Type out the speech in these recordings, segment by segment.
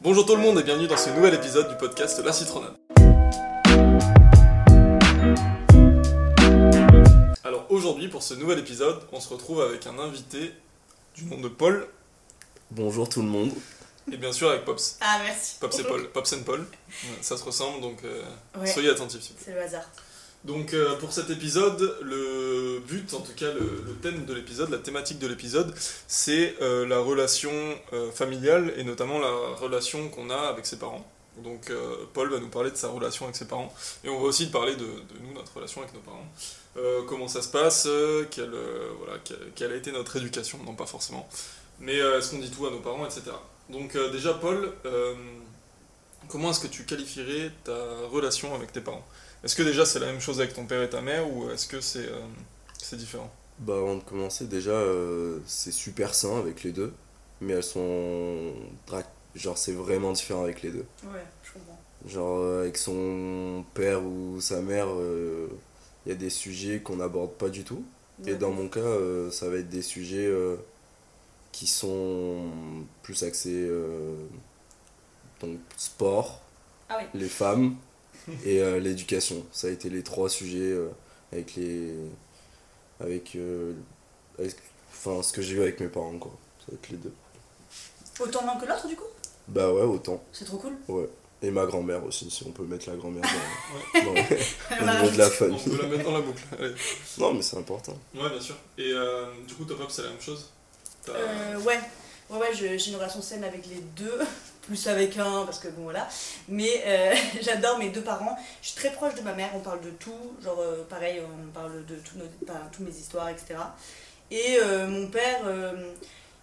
Bonjour tout le monde et bienvenue dans ce nouvel épisode du podcast La Citronade. Alors aujourd'hui pour ce nouvel épisode, on se retrouve avec un invité du nom de Paul Bonjour tout le monde. et bien sûr avec Pops. Ah merci. Pops et Paul, Pops and Paul, ça se ressemble donc euh, Ouais, soyez attentifs. s'il vous plaît. c'est le hasard. Donc euh, pour cet épisode, le but, en tout cas le, le thème de l'épisode, la thématique de l'épisode, c'est euh, la relation euh, familiale et notamment la relation qu'on a avec ses parents. Donc euh, Paul va nous parler de sa relation avec ses parents et on va aussi parler de, de nous, notre relation avec nos parents. Euh, comment ça se passe, euh, quelle, euh, voilà, quelle, quelle a été notre éducation, non pas forcément, mais euh, est-ce qu'on dit tout à nos parents, etc. Donc euh, déjà Paul, euh, comment est-ce que tu qualifierais ta relation avec tes parents est-ce que déjà c'est la même chose avec ton père et ta mère ou est-ce que c'est euh, c'est différent Bah avant de commencer déjà euh, c'est super sain avec les deux, mais elles sont dra- genre c'est vraiment différent avec les deux. Ouais, je comprends. Genre euh, avec son père ou sa mère, euh, il y a des sujets qu'on n'aborde pas du tout. Et dans mon cas, euh, ça va être des sujets euh, qui sont plus axés euh, donc sport, Ah oui. les femmes et euh, l'éducation. Ça a été les trois sujets euh, avec les avec, euh, avec- enfin ce que j'ai eu avec mes parents quoi. Ça va être les deux. Autant l'un que l'autre du coup Bah ouais autant. C'est trop cool. Et ma grand-mère aussi si on peut mettre la grand-mère dans, dans- On au va niveau de la rajouter. On peut famille. la mettre dans la boucle. Allez. Non mais c'est important. Euh, Ouais, bien sûr. Et euh, du coup, toi, Pop, c'est la même chose T'as- Euh, ouais, ouais, ouais je- j'ai une relation saine avec les deux, plus avec un, parce que bon voilà. Mais euh, j'adore mes deux parents. Je suis très proche de ma mère, on parle de tout. Genre euh, pareil, on parle de toutes tous mes histoires, etc. Et euh, mon père, euh,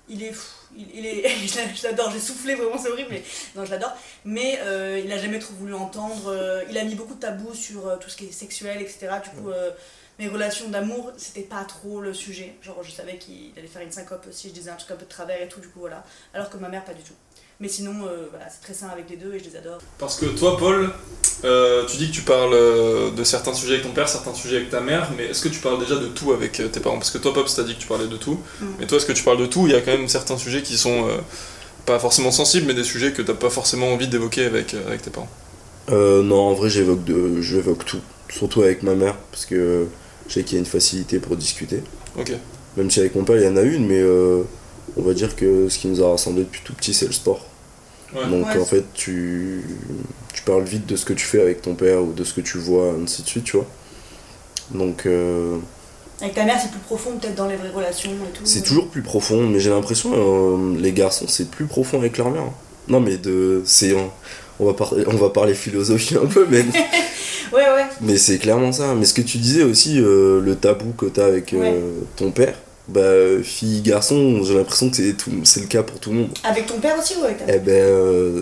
il est fou, il, il est, je l'a- je l'adore, j'ai soufflé vraiment, c'est horrible, mais non, je l'adore. Mais euh, il a jamais trop voulu entendre, euh, il a mis beaucoup de tabous sur euh, tout ce qui est sexuel, etc. Du coup, euh, mes relations d'amour, c'était pas trop le sujet. Genre, je savais qu'il allait faire une syncope si je disais un truc un peu de travers et tout, du coup, voilà. Alors que ma mère, pas du tout. Mais sinon, euh, voilà, c'est très sain avec les deux et je les adore. Parce que toi, Paul, euh, tu dis que tu parles euh, de certains sujets avec ton père, certains sujets avec ta mère, mais est-ce que tu parles déjà de tout avec euh, tes parents Parce que toi, Pop, t'as dit que tu parlais de tout. Mm. Mais toi, est-ce que tu parles de tout Il y a quand même certains sujets qui sont euh, pas forcément sensibles, mais des sujets que t'as pas forcément envie d'évoquer avec, euh, avec tes parents. Euh, non, en vrai, j'évoque de... j'évoque tout. Surtout avec ma mère, parce que je sais qu'il y a une facilité pour discuter. Ok. Même si avec mon père, il y en a une, mais euh, on va dire que ce qui nous a rassemblés depuis tout petit, c'est le sport. Ouais. Donc Ouais. en fait, tu... tu parles vite de ce que tu fais avec ton père ou de ce que tu vois, ainsi de suite, tu vois. Donc euh, Avec ta mère, c'est plus profond, peut-être dans les vraies relations et tout. c'est toujours plus profond, mais j'ai l'impression, euh, les garçons, c'est plus profond avec leur mère. hein. Non, mais de. C'est. On... on va, par- on va parler philosophie un peu, mais Ouais, ouais. Mais c'est clairement ça. Mais ce que tu disais aussi, euh, le tabou que t'as avec euh, Ouais. ton père, bah, fille, garçon, j'ai l'impression que c'est tout, c'est le cas pour tout le monde. Avec ton père aussi ou avec ta mère Eh ben, euh,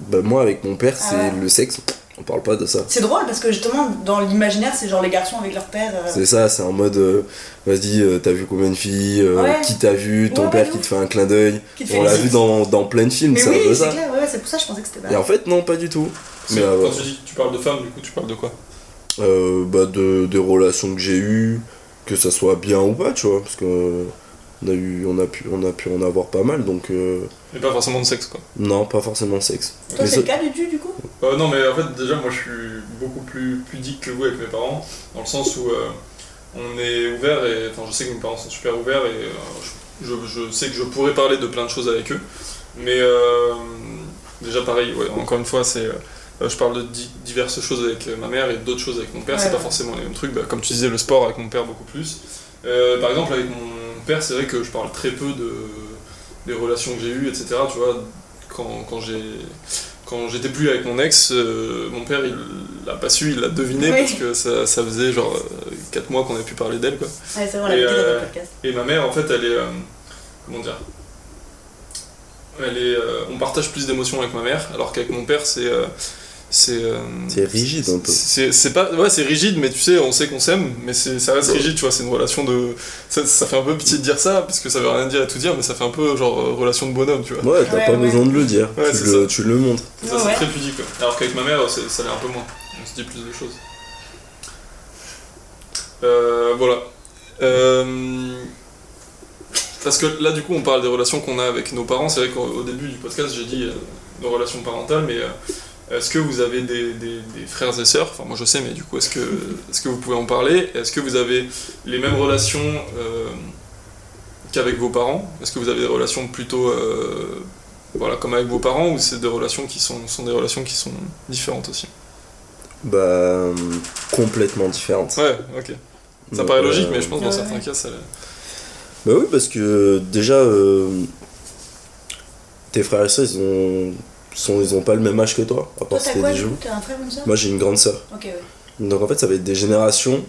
bah, moi avec mon père, Ah c'est ouais. le sexe. On parle pas de ça. C'est drôle parce que justement, dans l'imaginaire, c'est genre les garçons avec leur père. euh, C'est ça, c'est en mode, euh, vas-y, euh, t'as vu combien de filles, euh, Ouais. qui t'a vu, ton Ouais, père ouais, qui de te fait un clin d'œil. qui te On l'a félicitent. vu dans, dans plein de films, Mais c'est un peu oui, c'est ça. clair, ouais, ouais, c'est pour ça que je pensais que c'était Et pas. en fait, non, pas du tout. Mais, Parce que euh, quand tu dis que tu parles de femmes, du coup, tu parles de quoi euh, bah, de, des relations que j'ai eues, que ça soit bien ou pas, tu vois, parce que euh, on a eu, on a pu, on a pu en avoir pas mal, donc euh, Et pas forcément de sexe, quoi. non, pas forcément sexe. Toi, Mais c'est ça- le cas du du du coup Euh, non, mais en fait, déjà, moi, je suis beaucoup plus pudique que vous avec mes parents, dans le sens où euh, on est ouvert, et enfin, je sais que mes parents sont super ouverts, et euh, je, je- je sais que je pourrais parler de plein de choses avec eux, mais euh, déjà, pareil, ouais, encore une fois, c'est. euh, je parle de di- diverses choses avec euh, ma mère et d'autres choses avec mon père, Ouais, c'est pas ouais. forcément les mêmes trucs, bah, comme tu disais, le sport avec mon père beaucoup plus. Euh, par exemple, avec mon père, c'est vrai que je parle très peu de, des relations que j'ai eues, etc. Tu vois, quand, quand j'ai quand j'étais plus avec mon ex, euh, mon père il l'a pas su, il l'a deviné Oui. parce que ça, ça faisait genre 4 mois qu'on avait pu parler d'elle quoi. Ouais, c'est vrai, on l'a Et, dit dans euh, le podcast. Et ma mère en fait elle est. euh, comment dire elle est, euh, On partage plus d'émotions avec ma mère alors qu'avec mon père c'est. euh, c'est euh, C'est rigide un peu. c'est c'est pas ouais c'est rigide mais tu sais on sait qu'on s'aime mais c'est ça reste rigide tu vois c'est une relation de ça, ça fait un peu petit de dire ça parce que ça veut rien dire à tout dire mais ça fait un peu genre euh, relation de bonhomme tu vois Ouais, t'as Ouais, pas ouais. besoin de le dire, Ouais, tu, c'est le, ça. tu le montres. Ça, c'est Ouais. très pudique. quoi. Alors qu'avec ma mère, c'est- ça l'est un peu moins. On se dit plus de choses. Euh, voilà. Euh, Parce que là, du coup, on parle des relations qu'on a avec nos parents. C'est vrai qu'au au début du podcast, j'ai dit euh, nos relations parentales, mais euh, est-ce que vous avez des, des- des frères et sœurs Enfin, moi je sais, mais du coup, est-ce que, est que vous pouvez en parler Est-ce que vous avez les mêmes relations euh, qu'avec vos parents Est-ce que vous avez des relations plutôt euh, voilà, comme avec vos parents ou c'est des relations qui sont, sont des relations qui sont différentes aussi Bah, euh, complètement différente. euh, Ouais, ok. Ça paraît logique, mais je pense que dans Ouais. certains cas, ça. Bah oui, parce que déjà, euh, tes frères et sœurs, ils ont, sont, ils ont pas le même âge que toi, à Toi, part si t'as t'es quoi des du jumeaux. coup T'as un frère ou une soeur Moi, j'ai une grande sœur. Ok, ouais. Donc en fait, ça va être des générations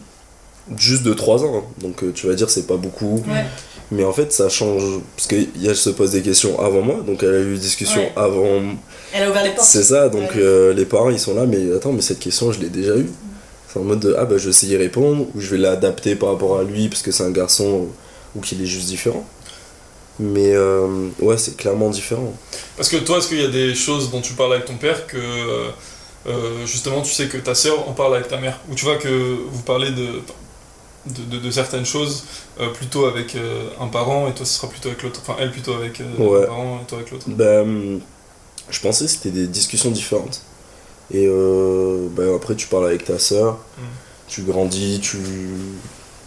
juste de 3 ans. hein. Donc euh, tu vas dire, c'est pas beaucoup. Ouais, Mais en fait, ça change. Parce que Yael se pose des questions avant moi, donc elle a eu une discussion Ouais. avant. elle a ouvert les portes. C'est ça, donc Ouais. euh, les parents ils sont là, mais attends, mais cette question je l'ai déjà eue. C'est en mode de, ah bah je sais y répondre, ou je vais l'adapter par rapport à lui parce que c'est un garçon ou qu'il est juste différent. Mais euh, ouais, c'est clairement différent. Parce que toi, est-ce qu'il y a des choses dont tu parles avec ton père que euh, justement tu sais que ta sœur en parle avec ta mère Ou tu vois que vous parlez de, de, de- de certaines choses euh, plutôt avec euh, un parent et toi ce sera plutôt avec l'autre, enfin elle plutôt avec euh, Ouais. un parent et toi avec l'autre Bah, hum, je pensais que c'était des discussions différentes. Et euh, bah, après, tu parles avec ta sœur, Mm. tu grandis, tu,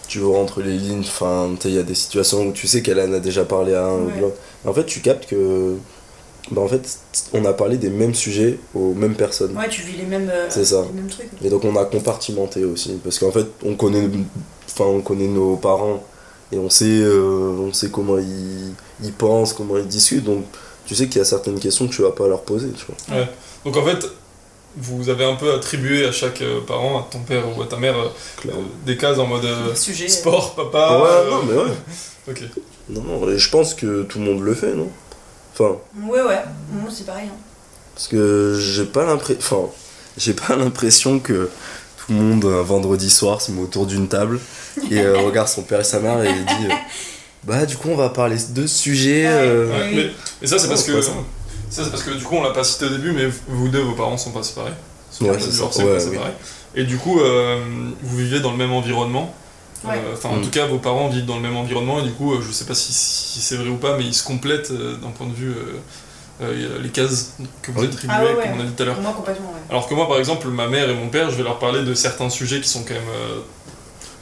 tu vois entre les lignes. Enfin, tu sais, il y a des situations où tu sais qu'elle en a déjà parlé à un Ouais. ou l'autre. En fait, tu captes que. Bah, en fait, on a parlé des mêmes sujets aux mêmes personnes. Ouais, tu vis les mêmes, euh, C'est ça. les mêmes trucs. Et donc, on a compartimenté aussi. Parce qu'en fait, on connaît, enfin, on connaît nos parents et on sait, euh, on sait comment ils, ils pensent, comment ils discutent. Donc, tu sais qu'il y a certaines questions que tu vas pas leur poser, tu vois. Donc en fait, vous avez un peu attribué à chaque euh, parent, à ton père ou à ta mère, euh, Clairement. des cases en mode euh, Les sujets. euh, sport, papa. ouais, euh, non, mais ouais. Ok. Non, non, et je pense que tout le monde le fait, non Enfin, Ouais, ouais. Moi, c'est pareil. hein. parce que j'ai pas l'impression. Enfin, j'ai pas l'impression que tout le monde, un vendredi soir, se met autour d'une table et euh, regarde son père et sa mère et il dit euh, Bah, du coup, on va parler de ce sujet. Ouais. euh, Ouais, Oui. mais, mais ça, c'est Non, parce c'est que. pas ça. ça, c'est parce que du coup, on l'a pas cité au début, mais vous deux, vos parents sont pas séparés. Ils Ouais, sont c'est ça. divorcés, Ouais, pas oui. séparés. Et du coup, euh, vous vivez dans le même environnement. Ouais. Euh, Enfin, en Mm. tout cas, vos parents vivent dans le même environnement, et du coup, euh, je sais pas si, si c'est vrai ou pas, mais ils se complètent euh, d'un point de vue. euh, euh, les cases que vous Oui. attribuez, Ah ouais, ouais. comme on a dit tout à l'heure. Moi, complètement, ouais. Alors que moi, par exemple, ma mère et mon père, je vais leur parler de certains sujets qui sont quand même. euh,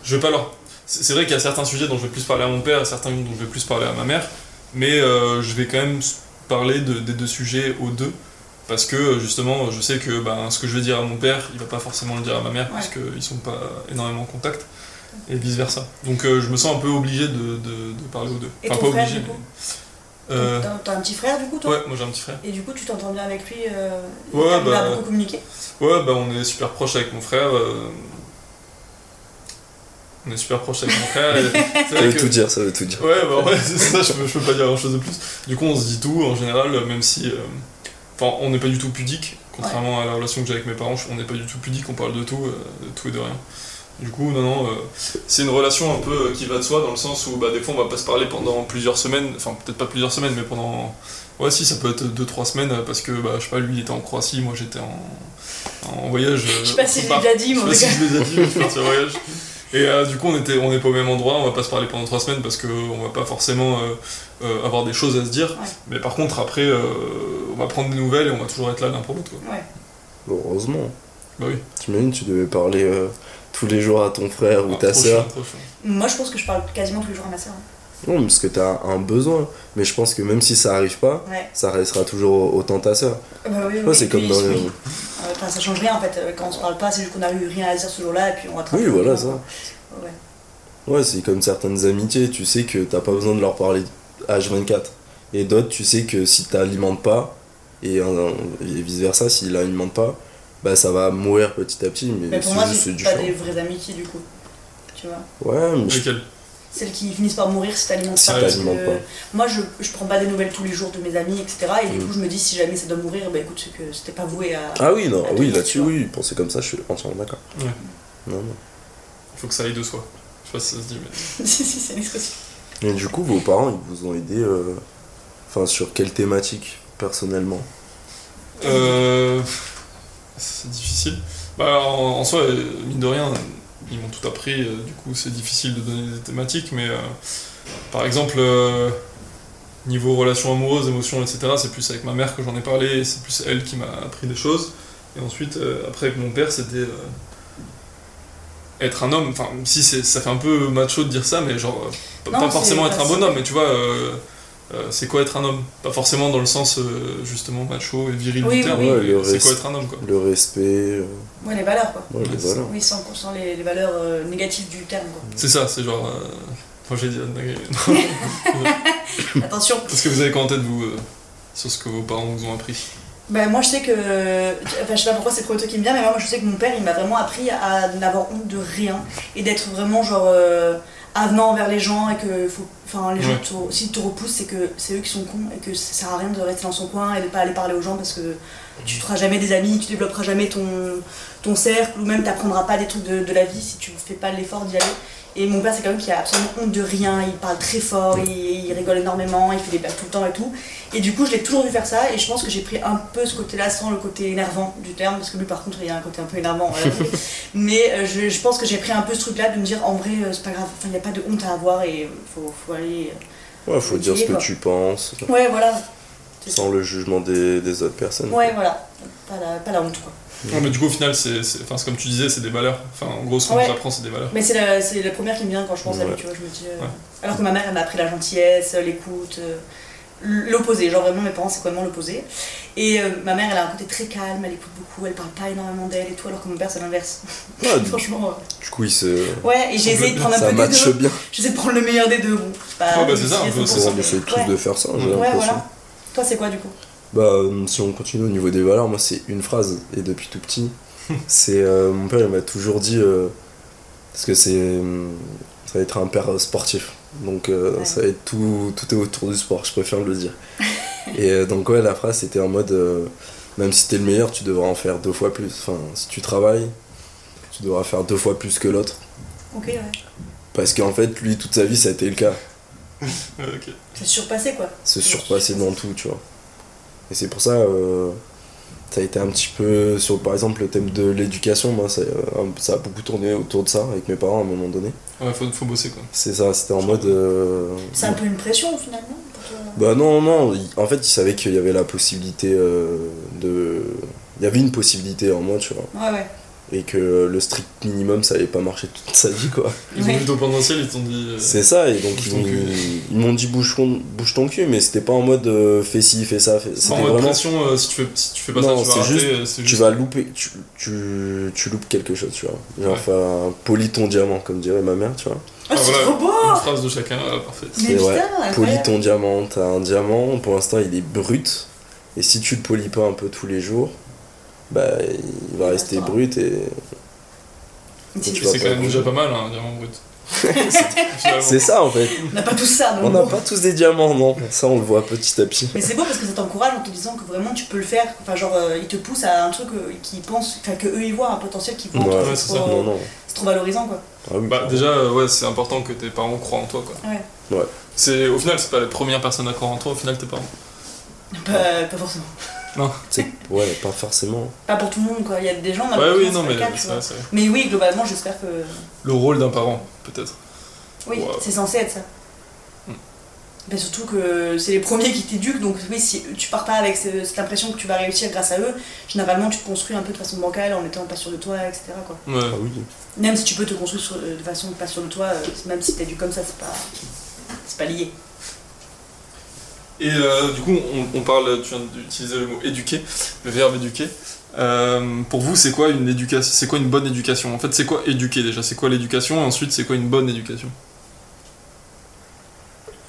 Je vais pas leur. C'est c'est vrai qu'il y a certains sujets dont je vais plus parler à mon père, certains dont je vais plus parler à ma mère, mais euh, je vais quand même s- parler de- des deux sujets aux deux. Parce que euh, justement, je sais que ben, ce que je vais dire à mon père, il va pas forcément le dire à ma mère, parce qu'ils sont pas énormément en contact, et vice versa. Donc euh, je me sens un peu obligé de, de- de parler aux deux. Et ton pas frère, obligé. du coup mais- Euh, T'as t'as un petit frère, du coup, toi ouais, moi j'ai un petit frère. Et du coup, tu t'entends bien avec lui euh, Ouais, t'arrives bah, à beaucoup communiquer Ouais, bah on est super proche avec mon frère. euh, On est super proche avec mon frère. et c'est Ça vrai veut que- tout dire, ça veut tout dire. Ouais, bah ouais, c'est ça, je peux, je peux pas dire grand chose de plus. Du coup, on se dit tout en général, même si. euh, Enfin, on n'est pas du tout pudique, contrairement à la relation que j'ai avec mes parents, on n'est pas du tout pudique, on parle de tout, euh, de tout et de rien. Du coup, non, non, euh, c'est une relation un peu euh, qui va de soi, dans le sens où bah, des fois on va pas se parler pendant plusieurs semaines, enfin peut-être pas plusieurs semaines, mais pendant. Ouais, si, ça peut être 2-3 semaines, euh, parce que bah, je sais pas, lui il était en Croatie, moi j'étais en, en voyage. euh, Je sais pas si je autre part. l'ai déjà dit, Je mais sais en pas si tout cas. je les ai dit, mais je suis parti en voyage. Et euh, du coup, on était, on n'est pas au même endroit, on va pas se parler pendant trois semaines parce qu'on va pas forcément euh, euh, avoir des choses à se dire. Ouais. Mais par contre, après, euh, on va prendre des nouvelles et on va toujours être là l'un pour l'autre. quoi. Ouais. Heureusement. Bah oui. T'imagines, tu devais parler euh, tous les jours à ton frère ou Ah, ta trop sœur. chiant, trop chiant. Moi, je pense que je parle quasiment tous les jours à ma soeur. Non, parce que t'as un besoin. Mais je pense que même si ça arrive pas, Ouais. ça restera toujours autant ta sœur. Ah Bah, oui, Ouais, c'est comme dans les- les... Enfin, ça change rien en fait. Euh, Quand on se parle pas, c'est juste qu'on a eu rien à dire ce jour-là et puis on rattrape. Oui, le voilà lendemain, ça. quoi. Ouais. Ouais, c'est comme certaines amitiés, tu sais que t'as pas besoin de leur parler H24. Et d'autres, tu sais que si t'alimentes pas, et, euh, et vice-versa, s'il alimente pas, bah ça va mourir petit à petit, mais, Mais pour c'est moi, juste c'est du pas champ. des vraies amitiés du coup. Tu vois Ouais, mais je- Lequel Celles qui finissent par mourir si t'alimentes Si pas. parce t'alimentes que pas. Moi, je, je prends pas des nouvelles tous les jours de mes amis, etc. Et du Mm. coup, je me dis, si jamais ça doit mourir, bah écoute, c'est que c'était pas voué à. Ah oui, non, Ah, oui, tout là-dessus, le monde, oui, penser comme ça, je suis entièrement d'accord. Ouais. Non, non. Il faut que ça aille de soi. Je sais pas si ça se dit, mais. si, si, c'est une expression. Et du coup, vos parents, ils vous ont aidé, euh, enfin, sur quelle thématique, personnellement Euh, C'est difficile. Bah, en, en soi, euh, mine de rien, ils m'ont tout appris, euh, du coup c'est difficile de donner des thématiques, mais euh, par exemple, euh, niveau relations amoureuses, émotions, etc., c'est plus avec ma mère que j'en ai parlé, et c'est plus elle qui m'a appris des choses. Et ensuite, euh, après avec mon père, c'était euh, être un homme. Enfin, si c'est- ça fait un peu macho de dire ça, mais genre, euh, Non, pas c'est- forcément être bah, un c'est- bonhomme, mais tu vois. euh, euh, c'est quoi être un homme Pas forcément dans le sens euh, justement macho et viril Oui, du terme, oui, Mm. oui. mais Ouais, le c'est quoi reste. être un homme quoi Le respect. euh, Ouais, les valeurs, quoi. ouais, Ouais, les c'est ça. valeurs. Oui, sans, sans les, les valeurs euh, négatives du terme, quoi. C'est ça, c'est genre. euh, Enfin, j'ai dit. Mm. Attention. Qu'est-ce que vous avez en tête, vous, euh, sur ce que vos parents vous ont appris Ben, moi, je sais que. Enfin, je sais pas pourquoi c'est le premier truc qui me vient, mais moi, je sais que mon père, il m'a vraiment appris à n'avoir honte de rien et d'être vraiment, genre, euh, avenant envers les gens et que. Faut... Enfin, les Ouais. gens, te- s'ils te repoussent, c'est que c'est eux qui sont cons et que ça sert à rien de rester dans son coin et de pas aller parler aux gens parce que tu te feras jamais des amis, tu développeras jamais ton, ton cercle ou même t'apprendras pas des trucs de, de la vie si tu fais pas l'effort d'y aller. Et mon père, c'est quelqu'un qui a absolument honte de rien, il parle très fort, il, il rigole énormément, il fait des blagues tout le temps et tout. Et du coup, je l'ai toujours vu faire ça, et je pense que j'ai pris un peu ce côté-là sans le côté énervant du terme, parce que lui, par contre, il y a un côté un peu énervant. on l'a vu. Mais euh, je, je pense que j'ai pris un peu ce truc-là de me dire, en vrai, euh, c'est pas grave, enfin, il n'y a pas de honte à avoir, et euh, faut, faut aller. Ouais, faut Faut dire ce essayer, que quoi. tu penses, euh, Ouais, voilà. C'est ça. sans le jugement des, des autres personnes. Ouais, voilà. Pas la, pas la honte, quoi. Ouais, mais du coup, au final, c'est c'est- enfin, c'est comme tu disais, c'est des valeurs. Enfin, en gros, ce qu'on Ouais. nous apprend, c'est des valeurs. Mais c'est la, c'est la première qui me vient quand je pense à lui, Ouais. tu vois, je me dis... euh, Ouais. Alors que ma mère, elle m'a appris la gentillesse, euh, l'écoute, euh, l'opposé. Genre vraiment, mes parents, c'est complètement l'opposé. Et euh, ma mère, elle a un côté très calme, elle écoute beaucoup, elle parle pas énormément d'elle et tout, alors que mon père, c'est l'inverse. Ouais, Ah, du, Franchement... euh, du coup, il se... Ouais, et j'ai essayé de prendre un ça peu des matche deux. bien. J'essaie de prendre le meilleur des deux. Bon, c'est pas- Ouais, bah, c'est ça, un peu, On c'est ça. essaie tous Ouais. de faire ça, j'ai Ouais, Ouais, l'impression. voilà. Toi, c'est quoi du coup Bah, euh, si on continue au niveau des valeurs, moi c'est une phrase, et depuis tout petit, c'est euh, mon père il m'a toujours dit, euh, parce que c'est euh, ça va être un père euh, sportif, donc euh, Ouais. ça va être tout, tout est autour du sport, je préfère le dire. et euh, donc ouais, la phrase c'était en mode, euh, même si t'es le meilleur, tu devras en faire deux fois plus, enfin si tu travailles, tu devras faire deux fois plus que l'autre, Ok, ouais. parce qu'en fait lui toute sa vie ça a été le cas, Ouais, ok. C'est surpassé quoi. se surpasser dans tout, tu vois. Et c'est pour ça, euh, ça a été un petit peu sur, par exemple, le thème de l'éducation, moi, ça, euh, un- ça a beaucoup tourné autour de ça avec mes parents à un moment donné. Ouais, faut, faut bosser, quoi. C'est ça, c'était en mode. euh, C'est un peu une pression finalement pour toi. Bah non, non, il- en fait, ils savaient qu'il y avait la possibilité euh, de. Il y avait une possibilité en moi, tu vois. Ouais, ouais. Et que le strict minimum, ça allait pas marcher toute sa vie, quoi. Ils ont Ouais. vu ton potentiel, ils t'ont dit. euh, C'est ça, et donc Bouge ils ton m'ont- cul. ils m'ont dit bouge ton, bouge ton cul, mais c'était pas en mode euh, fais ci, fais ça. fais- pas C'était en mode vraiment pression, euh, si, tu fais, si tu fais pas ça, tu Non, vas c'est rater. juste- euh, c'est tu juste- vas louper, tu, tu, tu loupes quelque chose, tu vois. Genre, Ouais. enfin, polis ton diamant, comme dirait ma mère, tu vois. Oh, c'est Ah, voilà. trop beau Une phrase de chacun, ah, parfait. Mais C'est- ouais. putain, Polis incroyable. ton diamant, t'as un diamant, pour l'instant il est brut, et si tu le polis pas un peu tous les jours, bah il va Il rester restera. brut et. C'est- tu Et vas C'est pas quand même bouger. déjà pas mal, hein, un diamant brut. Finalement. C'est ça en fait, On n'a pas tous ça, on non n'a pas tous des diamants, non, ça on le voit petit à petit. Mais c'est beau parce que ça t'encourage en te disant que vraiment tu peux le faire. Enfin, genre, euh, ils te poussent à un truc euh, qu'ils pensent, enfin, que eux ils voient un potentiel qu'ils voient. en Ouais, toi. ouais, c'est c'est ça. trop, Non, non. c'est trop valorisant quoi. Ah Bah, oui, clairement. déjà, euh, ouais, c'est important que tes parents croient en toi, quoi. Ouais. Ouais. C'est, au final, c'est pas la première personne à croire en toi, au final, tes parents. Pas, pas forcément. C'est- Ouais, pas forcément. Pas pour tout le monde quoi. Il y a des gens Ouais, malheureusement, oui, c'est non, pas mais le cas, tu c'est vois. vrai, c'est vrai. Mais oui, globalement, j'espère que. Le rôle d'un parent, peut-être. Oui, Wow. c'est censé être ça. Hmm. Ben surtout que c'est les premiers qui t'éduquent, donc oui, si tu pars pas avec ce- cette impression que tu vas réussir grâce à eux, généralement tu te construis un peu de façon bancale en étant pas sûr de toi, etc. Quoi. Ouais. Ah oui. Même si tu peux te construire sur- de façon pas sûr de toi, euh, même si t'éduques comme ça, c'est pas, c'est pas lié. Et euh, du coup, on, on parle, tu viens d'utiliser le mot éduquer, le verbe éduquer. Euh, pour vous, c'est quoi une éducation C'est quoi une bonne éducation En fait, c'est quoi éduquer déjà C'est quoi l'éducation Et ensuite, c'est quoi une bonne éducation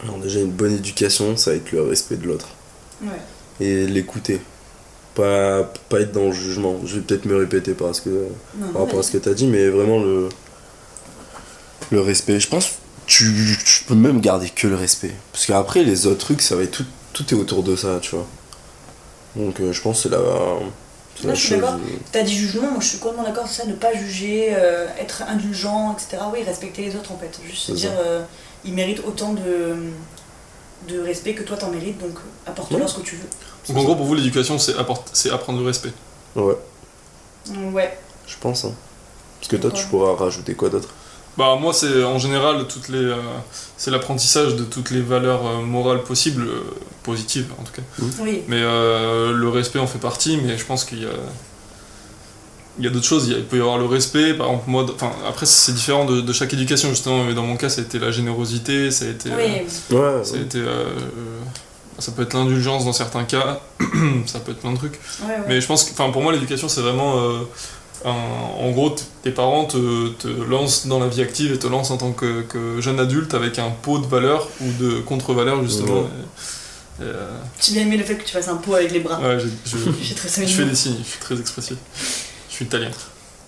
Alors, déjà, une bonne éducation, ça va être le respect de l'autre. Ouais. et l'écouter. Pas, pas être dans le jugement. Je vais peut-être me répéter parce que, par Non, non, rapport à mais- ce que tu as dit, mais vraiment le, le respect. Je pense que tu, tu peux même garder que le respect. Parce qu'après, les autres trucs, ça va être tout, tout est autour de ça, tu vois. Donc euh, je pense que c'est la, c'est Non, la je suis chose. d'accord. T'as dit jugement, moi je suis complètement d'accord sur ça, ne pas juger, euh, être indulgent, etc. Oui, respecter les autres en fait. Juste se C'est dire, ça. euh, ils méritent autant de, de respect que toi t'en mérites, donc apporte-leur Ouais. ce que tu veux. Donc, en gros, pour vous, l'éducation, c'est apporte- c'est apprendre le respect. Ouais, Mm, Ouais, je pense. hein. Parce que toi, tu pourras rajouter quoi d'autre Bah moi c'est en général toutes les euh, c'est l'apprentissage de toutes les valeurs euh, morales possibles, euh, positives en tout cas. Oui. Mais euh, le respect en fait partie, mais je pense qu'il y a il y a d'autres choses, il y a- il peut y avoir le respect, par exemple moi, d- enfin après c'est différent de, de chaque éducation justement, mais dans mon cas ça a été la générosité, ça a été, euh, Oui. Ouais, ça, a été, euh, euh, ça peut être l'indulgence dans certains cas, ça peut être plein de trucs. Ouais, ouais. Mais je pense que, enfin, pour moi, l'éducation, c'est vraiment. euh, un- en gros, t- tes parents te, te lancent dans la vie active et te lancent en tant que, que jeune adulte avec un pot de valeurs ou de contre-valeurs, justement. Ouais. Et- et, euh, J'ai bien aimé le fait que tu fasses un pot avec les bras. ouais, j'ai- je, J'ai très je ça fais des signes, je suis très expressif. Je suis italien.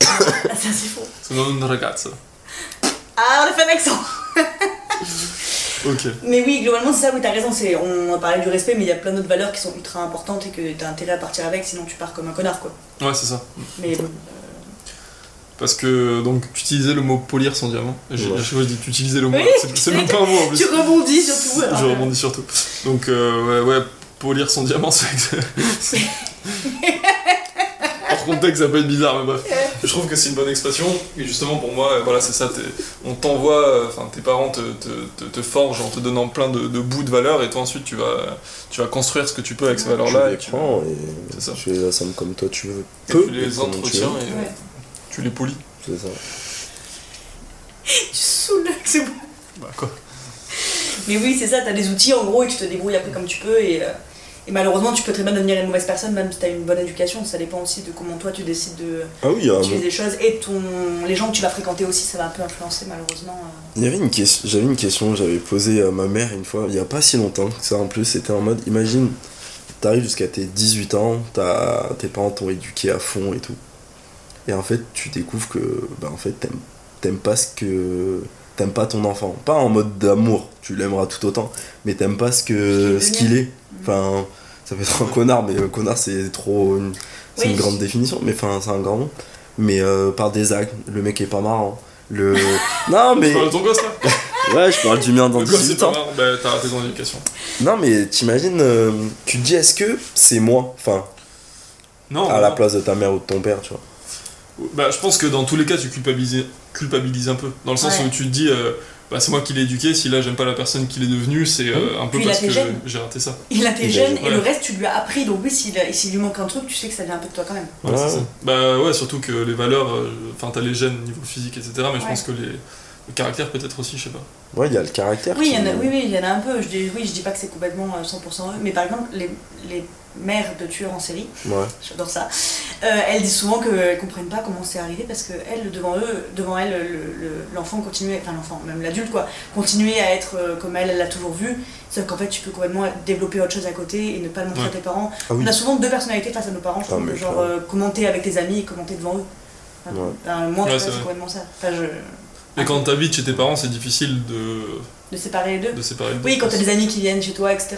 Ah, ça, c'est faux. Sono un ragazzo. Ah, on a fait un accent Ok. Mais oui, globalement, c'est ça, oui, t'as raison. c'est- On a parlé du respect, mais il y a plein d'autres valeurs qui sont ultra importantes et que t'as intérêt à partir avec, sinon tu pars comme un connard, quoi. Ouais, c'est ça. Mais bon. Parce que, donc, tu utilisais le mot polir son diamant. Et j'ai- Ouais. À chaque fois, je dis tu utilisais le mot. Oui, c'est c'est même pas un mot en plus. Tu rebondis surtout. alors, Je euh, rebondis surtout. Donc, euh, ouais, ouais, polir son diamant, c'est. c'est- Hors contexte, ça peut être bizarre, mais bref. Je trouve que c'est une bonne expression, et justement pour moi, euh, voilà, c'est ça. t'es- On t'envoie, euh, enfin, tes parents te, te, te, te forgent en te donnant plein de, de bouts de valeurs, et toi ensuite, tu vas, tu vas construire ce que tu peux avec ces valeurs-là. tu les et tu- prends C'est et ça. tu les assommes comme toi tu veux. et Peu tu et les comme tu entretiens, veux. et euh, Ouais. tu les polis. C'est ça. Tu saoules, c'est bon. Bah, quoi. Mais oui, c'est ça, t'as des outils en gros et tu te débrouilles après comme tu peux. Et, euh, et malheureusement, tu peux très bien devenir une mauvaise personne, même si t'as une bonne éducation. Ça dépend aussi de comment toi tu décides de Ah oui, il y a un utiliser les choses et ton... les gens que tu vas fréquenter aussi, ça va un peu influencer malheureusement. euh. Il y avait une question, j'avais une question que j'avais posée à ma mère une fois, il y a pas si longtemps que ça en plus, c'était en mode, imagine, t'arrives jusqu'à tes 18 ans, t'as- tes parents t'ont éduqué à fond et tout, et en fait tu découvres que, bah en fait t'aimes, t'aimes pas ce que, t'aimes pas ton enfant, pas en mode d'amour, tu l'aimeras tout autant, mais t'aimes pas ce que, ce Ce qu'il qu'il est, enfin, ça peut être un connard, mais euh, connard c'est trop, une- c'est Oui. une grande définition, mais enfin c'est un grand mot, mais euh, par des actes, le mec est pas marrant, le, non mais Tu parles de ton gosse là Ouais, je parle du mien dans hein. Le gosse, c'est 18 pas ans. marrant, bah, t'as raté ton éducation. Non, mais t'imagines, euh, tu te dis, est-ce que c'est moi Enfin, Non, à la non. place de ta mère ou de ton père, tu vois. Bah, je pense que dans tous les cas, tu culpabilises, culpabilises un peu. Dans le sens Ouais. où tu te dis, euh, bah, c'est moi qui l'ai éduqué, si là j'aime pas la personne qu'il est devenu, c'est euh, un peu Puis il a parce tes que gènes. j'ai raté ça. Il a tes Il a- jeunes et ouais. le reste, tu lui as appris. Donc oui, s'il s'il lui manque un truc, tu sais que ça vient un peu de toi quand même. Ouais, Ouais. c'est ça. Bah ouais, surtout que les valeurs, euh, enfin t'as les gènes au niveau physique, etc. Mais je Ouais. pense que les, le caractère peut-être aussi, je sais pas. Ouais, il y a le caractère. Oui, qui- il y en a, oui, oui, il y en a un peu. Je dis, oui, je dis pas que c'est complètement euh, 100% eux, mais par exemple, les, les mères de tueurs en série, Ouais. j'adore ça, euh, elles disent souvent qu'elles comprennent pas comment c'est arrivé parce que elles, devant eux, devant elles, le- le- l'enfant continue, enfin l'enfant, même l'adulte quoi, continuer à être euh, comme elle, elle l'a toujours vu, sauf qu'en fait tu peux complètement développer autre chose à côté et ne pas le montrer Ouais. à tes parents. Ah oui. On a souvent deux personnalités face à nos parents, je Ah, trouve, mais genre clairement. euh, commenter avec tes amis et commenter devant eux. Enfin, Ouais. ben, moi en tout Ouais, cas, c'est c'est vrai. complètement ça. Enfin, je- Et quand t'habites chez tes parents, c'est difficile de, de séparer les deux. de séparer. les Oui, deux. quand t'as des amis qui viennent chez toi, etc.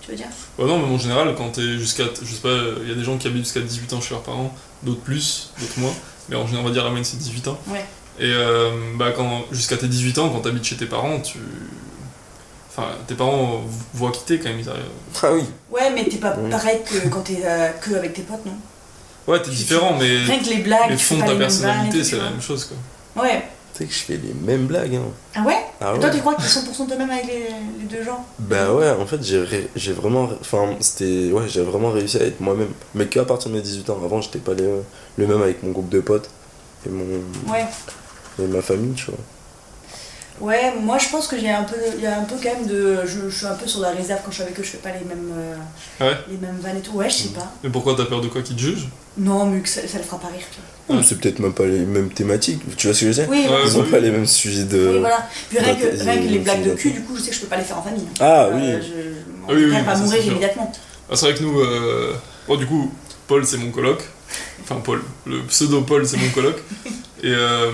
Tu veux dire Ouais, non, mais en général, quand t'es jusqu'à. Je sais pas, il y a des gens qui habitent jusqu'à 18 ans chez leurs parents, d'autres plus, d'autres moins, mais en général, on va dire la moyenne c'est 18 ans. Ouais. Et euh, bah, quand, jusqu'à tes 18 ans, quand t'habites chez tes parents, tu. Enfin, tes parents euh, voient quitter quand même. ils arrivent. Ah oui. Ouais, mais t'es pas Oui. pareil que quand t'es euh, que avec tes potes, non Ouais, t'es différent, mais Rien que les blagues, Mm. les tu fonds fais de pas ta les mêmes vannes et personnalité, tout, c'est la tu même chose quoi. vois. Ouais. Tu sais que je fais les mêmes blagues. Hein. Ah ouais Ah Et ouais. Toi, tu crois qu'ils sont pour son de même avec les, les deux gens Bah ouais, en fait, j'ai ré- j'ai vraiment. Enfin, c'était. Ouais, j'ai vraiment réussi à être moi-même. Mais qu'à partir de mes 18 ans. Avant, j'étais pas les- le même avec mon groupe de potes et, mon... Ouais. et ma famille, tu vois. Ouais, moi je pense que j'ai un peu, il y a un peu quand même de, je, je suis un peu sur la réserve quand je suis avec eux, je fais pas les mêmes, euh, Ah ouais les mêmes vannes et tout. Ouais, je sais pas. Mais pourquoi t'as peur de quoi qu'ils te jugent Non, mais que ça, ça le fera pas rire. tu vois. Ou C'est peut-être même pas les mêmes thématiques. Tu vois ce que je veux dire Oui, Ouais, oui, Ils ont oui. pas les mêmes sujets de. oui, voilà. Puis rien bah, que, t'as- rien que ils- les blagues de ils- cul, du coup, je sais que je peux pas les faire en famille. Ah oui. Euh, je- Ah oui, mon oui, père mais va ça, c'est mourir sûr. immédiatement. Ah, c'est vrai que nous, euh, bon, du coup, Paul c'est mon coloc, enfin Paul, le pseudo Paul c'est mon coloc, et euh,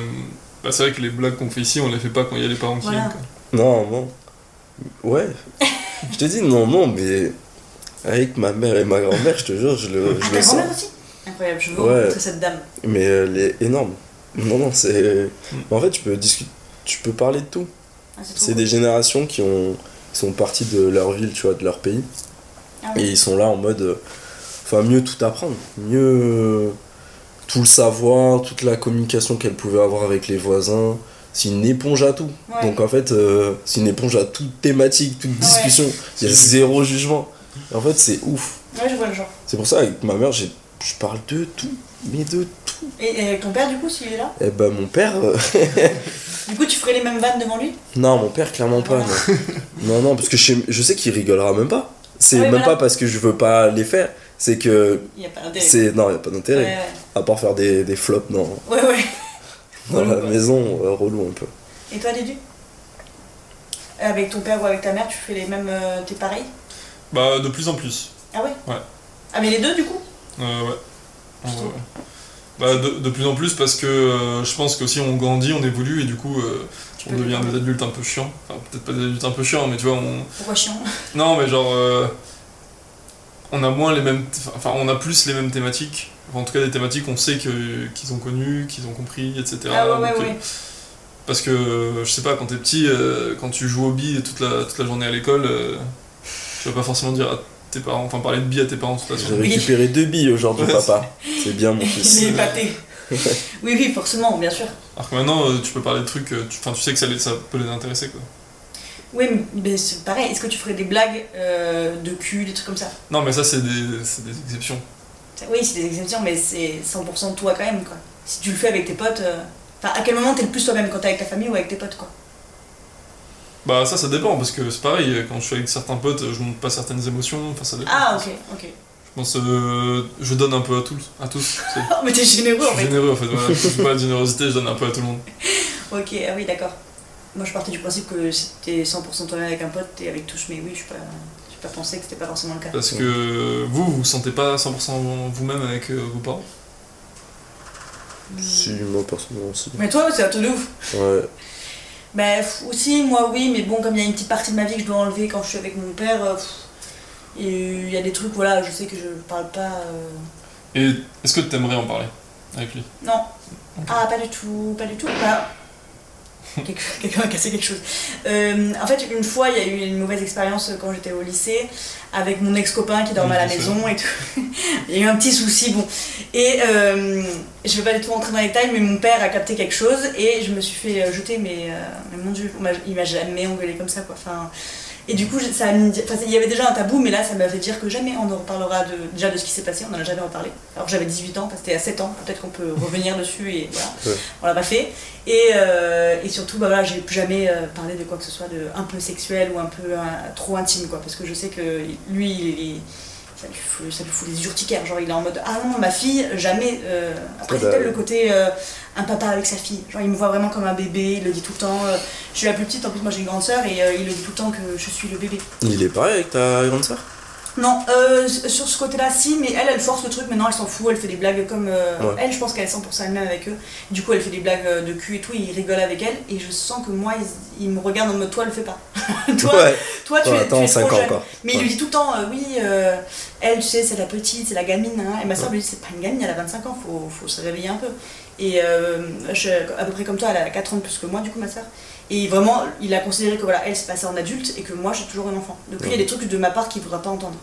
bah, c'est vrai que les blagues qu'on fait ici, on les fait pas quand il y a les parents qui Voilà. viennent. quoi. Non, non. Ouais. je te dis non, non, mais avec ma mère et ma grand-mère, je te jure, je le, Ah, je ta le sens. grand-mère aussi Incroyable, je veux Ouais. rencontrer cette dame. Mais euh, elle est énorme. Non, non, c'est. Mm. En fait, tu peux discuter, tu peux parler de tout. Ah, c'est trop C'est cool. des générations qui ont qui sont parties de leur ville, tu vois, de leur pays, Ah et ouais. ils sont là en mode, euh, enfin, mieux tout apprendre, mieux tout le savoir, toute la communication qu'elle pouvait avoir avec les voisins. C'est une éponge à tout. Ouais. Donc en fait, euh, c'est une éponge à toute thématique, toute discussion. Il y a zéro jugement. En fait, c'est ouf. Ouais, je vois le genre. C'est pour ça, avec ma mère, j'ai- je parle de tout. Mais de tout. Et, et avec ton père, du coup, s'il est là Eh ben, mon père. euh, Du coup, tu ferais les mêmes vannes devant lui Non, mon père, clairement pas. Non, non, non, parce que je sais, je sais qu'il rigolera même pas. C'est Ouais, même Ah voilà. pas parce que je veux pas les faire. C'est que. Il n'y a pas d'intérêt. c'est Non, y a pas d'intérêt. Ouais, À part faire des, des flops dans, ouais. ouais, ouais. dans Relou, la quoi. maison, euh, relou un peu. Et toi, Dédu Avec ton père ou avec ta mère, tu fais les mêmes. euh, T'es pareil Bah, de plus en plus. Ah ouais Ouais. Ah, mais les deux, du coup Euh, ouais. Je trouve. Ouais. Bah, de, de plus en plus parce que euh, je pense qu'aussi on grandit, on évolue et du coup euh, on peux devient dire. des adultes un peu chiants. Enfin, peut-être pas des adultes un peu chiants, mais tu vois, on, Pourquoi chiant Non, mais genre. euh, on a moins les mêmes. Enfin, on a plus les mêmes thématiques. Enfin, en tout cas, des thématiques qu'on sait que- qu'ils ont connues, qu'ils ont compris, etc. Ah ouais, ouais, Donc, euh, ouais. Parce que, euh, je sais pas, quand t'es petit, euh, quand tu joues au billes toute la, toute la journée à l'école, euh, tu vas pas forcément dire à tes parents. Enfin, parler de billes à tes parents, de toute façon. J'ai récupéré deux billes aujourd'hui, Ouais, papa. C'est bien, mon fils. Il est épaté. oui, oui, forcément, bien sûr. Alors que maintenant, euh, tu peux parler de trucs. euh, tu- Enfin, tu sais que ça, les- ça peut les intéresser, quoi. Oui, mais mais c'est pareil. Est-ce que tu ferais des blagues euh, de cul, des trucs comme ça Non, mais ça, c'est des, c'est des exceptions. Oui, c'est des exceptions, mais c'est 100% toi quand même, quoi. Si tu le fais avec tes potes. euh, Enfin, à quel moment t'es le plus toi-même Quand t'es avec ta famille ou avec tes potes, quoi Bah, ça, ça dépend, parce que c'est pareil, euh, quand je suis avec certains potes, euh, je montre pas certaines émotions. Enfin, ça dépend. Ah, ok, ok. Je pense euh, je donne un peu à tous. À tous. C'est- Oh, mais t'es généreux en Je suis fait. généreux en fait, voilà. je fais pas de générosité, je donne un peu à tout le monde. Ok, ah oui, d'accord. Moi, je partais du principe que si t'es 100% toi-même avec un pote, t'es avec tous, mais oui, je suis pas. J'ai pas pensé que c'était pas forcément le cas. Parce que euh, vous, vous vous sentez pas 100% vous-même avec euh, vos parents. Euh, Si, moi, personnellement, aussi. Mais toi, c'est un truc de ouf. Ouais. Bah, pff, aussi, moi, oui, mais bon, comme il y a une petite partie de ma vie que je dois enlever quand je suis avec mon père, euh, pff, et il y a des trucs, voilà, je sais que je parle pas. euh, Et est-ce que t'aimerais en parler avec lui Non. Ok. Ah, pas du tout, pas du tout. Bah, quelque- Quelqu'un a cassé quelque chose. Euh, en fait, une fois, il y a eu une mauvaise expérience quand j'étais au lycée avec mon ex-copain qui dormait à la Oui, je sais. maison et tout. il y a eu un petit souci, bon. Et euh, je vais pas du tout rentrer dans les détails, mais mon père a capté quelque chose et je me suis fait euh, jeter, mais, euh, mais mon dieu, on m'a- il m'a jamais engueulé comme ça, quoi. Enfin, et du coup, ça me dit- enfin, il y avait déjà un tabou, mais là, ça m'a fait dire que jamais on ne reparlera de, déjà de ce qui s'est passé, on n'en a jamais reparlé. Alors j'avais 18 ans, enfin, c'était à 7 ans, peut-être qu'on peut revenir dessus et voilà, Ouais. on l'a pas fait. Et, euh, et surtout, bah voilà, j'ai plus jamais euh, parlé de quoi que ce soit de un peu sexuel ou un peu hein, trop intime, quoi, parce que je sais que lui, il est- ça lui, fout, ça lui fout les urticaires, genre il est en mode ah non ma fille jamais euh, après Ah c'est bah, peut-être oui. le côté euh, un papa avec sa fille genre il me voit vraiment comme un bébé il le dit tout le temps euh, je suis la plus petite en plus moi j'ai une grande sœur et euh, il le dit tout le temps que je suis le bébé Il est pareil avec ta grande sœur non, euh, sur ce côté-là, si, mais elle, elle force le truc, maintenant elle s'en fout, elle fait des blagues comme. euh, Ouais. Elle, je pense qu'elle est 100% elle-même avec eux. Du coup, elle fait des blagues euh, de cul et tout, ils rigolent avec elle, et je sens que moi, ils, ils me regardent en mode toi, elle le fait pas. toi, Ouais. toi, tu Ouais, es, tu attends, es trop 5 ans jeune. encore. Mais il Ouais. lui dit tout le temps, euh, oui, euh, elle, tu sais, c'est la petite, c'est la gamine. hein. Et ma soeur lui dit, c'est pas une gamine, elle a 25 ans, faut, faut se réveiller un peu. Et euh, je- à peu près comme toi, elle a 4 ans de plus que moi, du coup, ma soeur. Et vraiment, il a considéré que voilà, elle s'est passée en adulte et que moi, j'ai toujours un enfant. Donc il y a Ouais. des trucs de ma part qu'il voudra pas entendre.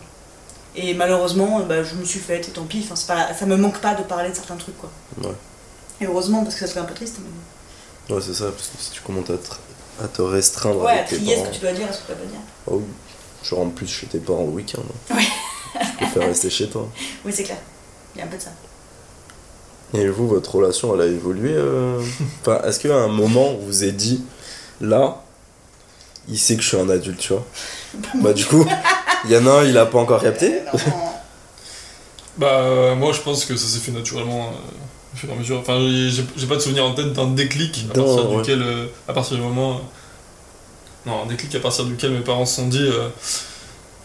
Et malheureusement, euh, bah, je me suis faite, et tant pis, enfin, c'est pas, ça me manque pas de parler de certains trucs, quoi. Ouais. Et heureusement, parce que ça serait un peu triste. mais- Ouais, c'est ça, parce que si tu commences à te, à te restreindre Ouais, à avec tes trier ce que parents. tu dois dire et ce que tu dois pas dire. Ah oui. Je rentre plus chez tes parents au week-end. hein. Ouais. Je préfère rester chez toi. Oui, c'est clair. Il y a un peu de ça. Et vous, votre relation, elle a évolué euh, Enfin, est-ce qu'à un moment, vous vous êtes dit, là, il sait que je suis un adulte, tu vois Bah, du coup, il y en a un, il a pas encore capté. Bah, euh, moi je pense que ça s'est fait naturellement euh, au fur et à mesure. Enfin, j'ai- j'ai j'ai pas de souvenir en tête d'un déclic à Non, partir ouais. duquel. euh, à partir du moment. euh, non, un déclic à partir duquel mes parents se sont dit. euh,